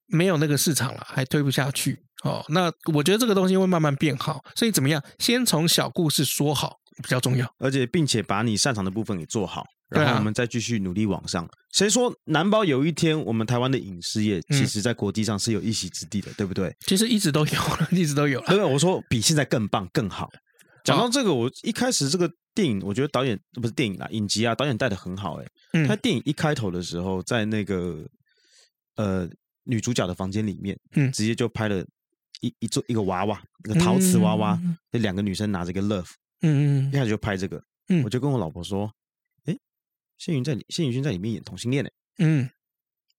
没有那个市场了，还推不下去。哦，那我觉得这个东西会慢慢变好，所以怎么样？先从小故事说好比较重要。而且并且把你擅长的部分给做好，对啊然后我们再继续努力往上。谁说难保有一天我们台湾的影视业嗯其实在国际上是有一席之地的，对不对？其实一直都有了， 一直都 有了。对不对？我说比现在更棒更好。讲哦到这个，我一开始这个电影，我觉得导演不是电影啦，影集啊，导演带的很好、欸。嗯他电影一开头的时候，在那个呃女主角的房间里面，嗯直接就拍了一一座一个娃娃，一个陶瓷娃娃，嗯那、两个女生拿着一个 love，嗯一嗯开始就拍这个，嗯我就跟我老婆说，哎，谢云在里谢宇轩在里面演同性恋呢、欸嗯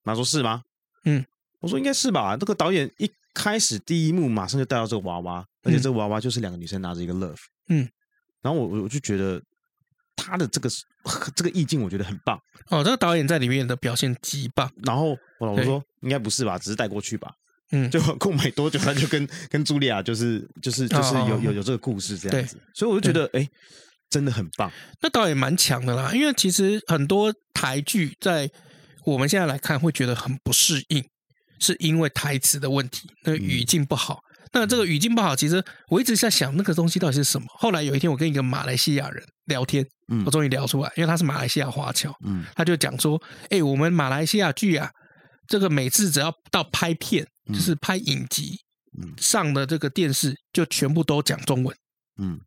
她说是吗？嗯，我说应该是吧，那个导演一开始第一幕马上就带到这个娃娃，而且这个娃娃就是两个女生拿着一个 love，嗯，然后我我我就觉得他的这个这个意境我觉得很棒，哦，这个导演在里面的表现极棒。然后我老婆说应该不是吧，只是带过去吧， 嗯，就过没多久，他就跟 跟茱莉亚就是就是就是哦有有有这个故事这样子，所以我就觉得哎、诶真的很棒，那导演蛮强的啦，因为其实很多台剧在我们现在来看会觉得很不适应，是因为台词的问题，那个语嗯境不好。那这个语境不好，其实我一直在想那个东西到底是什么。后来有一天，我跟一个马来西亚人聊天，嗯我终于聊出来，因为他是马来西亚华侨，嗯他就讲说：“哎、我们马来西亚剧啊，这个每次只要到拍片，嗯就是拍影集、嗯上的这个电视，就全部都讲中文。嗯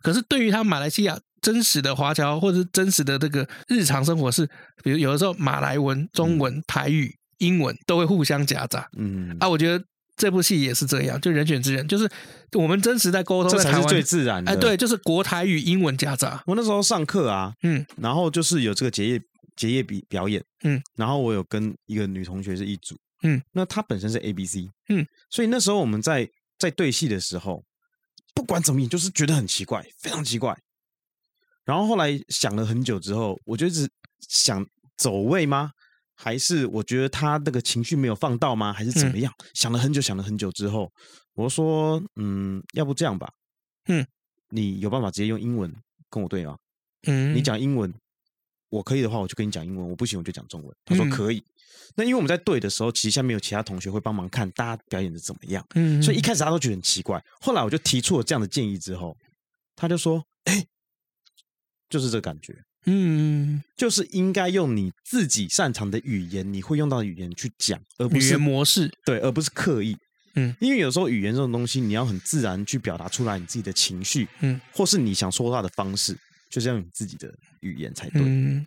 可是对于他马来西亚真实的华侨或者是真实的这个日常生活是，比如有的时候马来文、中文、台语、英文都会互相夹杂嗯，啊。我觉得这部戏也是这样，就《人选之人》，就是我们真实在沟通这在才台是最湾，自然的。哎，对，，就是国台语、英文夹杂，我那时候上课啊，嗯然后就是有这个结业结业比表演，嗯，然后我有跟一个女同学是一组，嗯，那她本身是 A B C，嗯，所以那时候我们在在对戏的时候，不管怎么演，就是觉得很奇怪，非常奇怪。然后后来想了很久之后，我就一直想走位吗？还是我觉得他那个情绪没有放到吗？还是嗯怎么样？想了很久，想了很久之后，我说，嗯，要不这样吧，嗯，你有办法直接用英文跟我对吗？嗯，你讲英文，我可以的话，我就跟你讲英文；我不行，我就讲中文。他说嗯可以。那因为我们在对的时候，其实下面有其他同学会帮忙看大家表演的怎么样，嗯，嗯所以一开始他都觉得很奇怪。后来我就提出了这样的建议之后，他就说：“哎、就是这个感觉，嗯，就是应该用你自己擅长的语言，你会用到的语言去讲，而不嗯语是言模式，对，而不是刻意。嗯，因为有时候语言这种东西，你要很自然去表达出来你自己的情绪，嗯，或是你想说话的方式，就是要用你自己的语言才对。嗯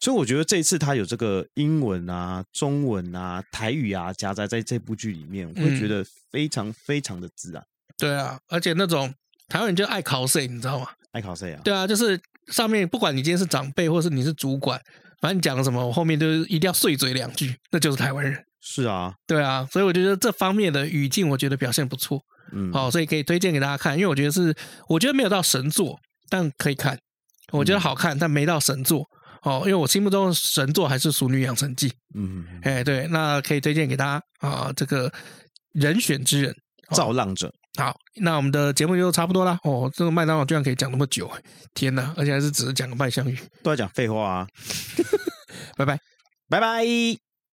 所以我觉得这一次他有这个英文啊、中文啊、台语啊夹杂在这部剧里面，我会嗯觉得非常非常的自然。对啊，而且那种台湾人就爱考试，你知道吗？爱考谁啊？对啊，就是上面不管你今天是长辈，或是你是主管，反正你讲了什么，我后面就是一定要碎嘴两句，那就是台湾人。是啊，对啊，所以我觉得这方面的语境，我觉得表现不错，嗯，好、所以可以推荐给大家看，因为我觉得是，我觉得没有到神作，但可以看，我觉得好看，但没到神作，哦，因为我心目中的神作还是《熟女养成记》，嗯，嗯，嗯哎，对，那可以推荐给大家啊、这个人选之人，造浪者，好，那我们的节目就差不多啦。哦，这个麦当劳居然可以讲那么久，哎天哪！而且还是只是讲个麦香鱼。都在讲废话啊，拜拜。拜拜。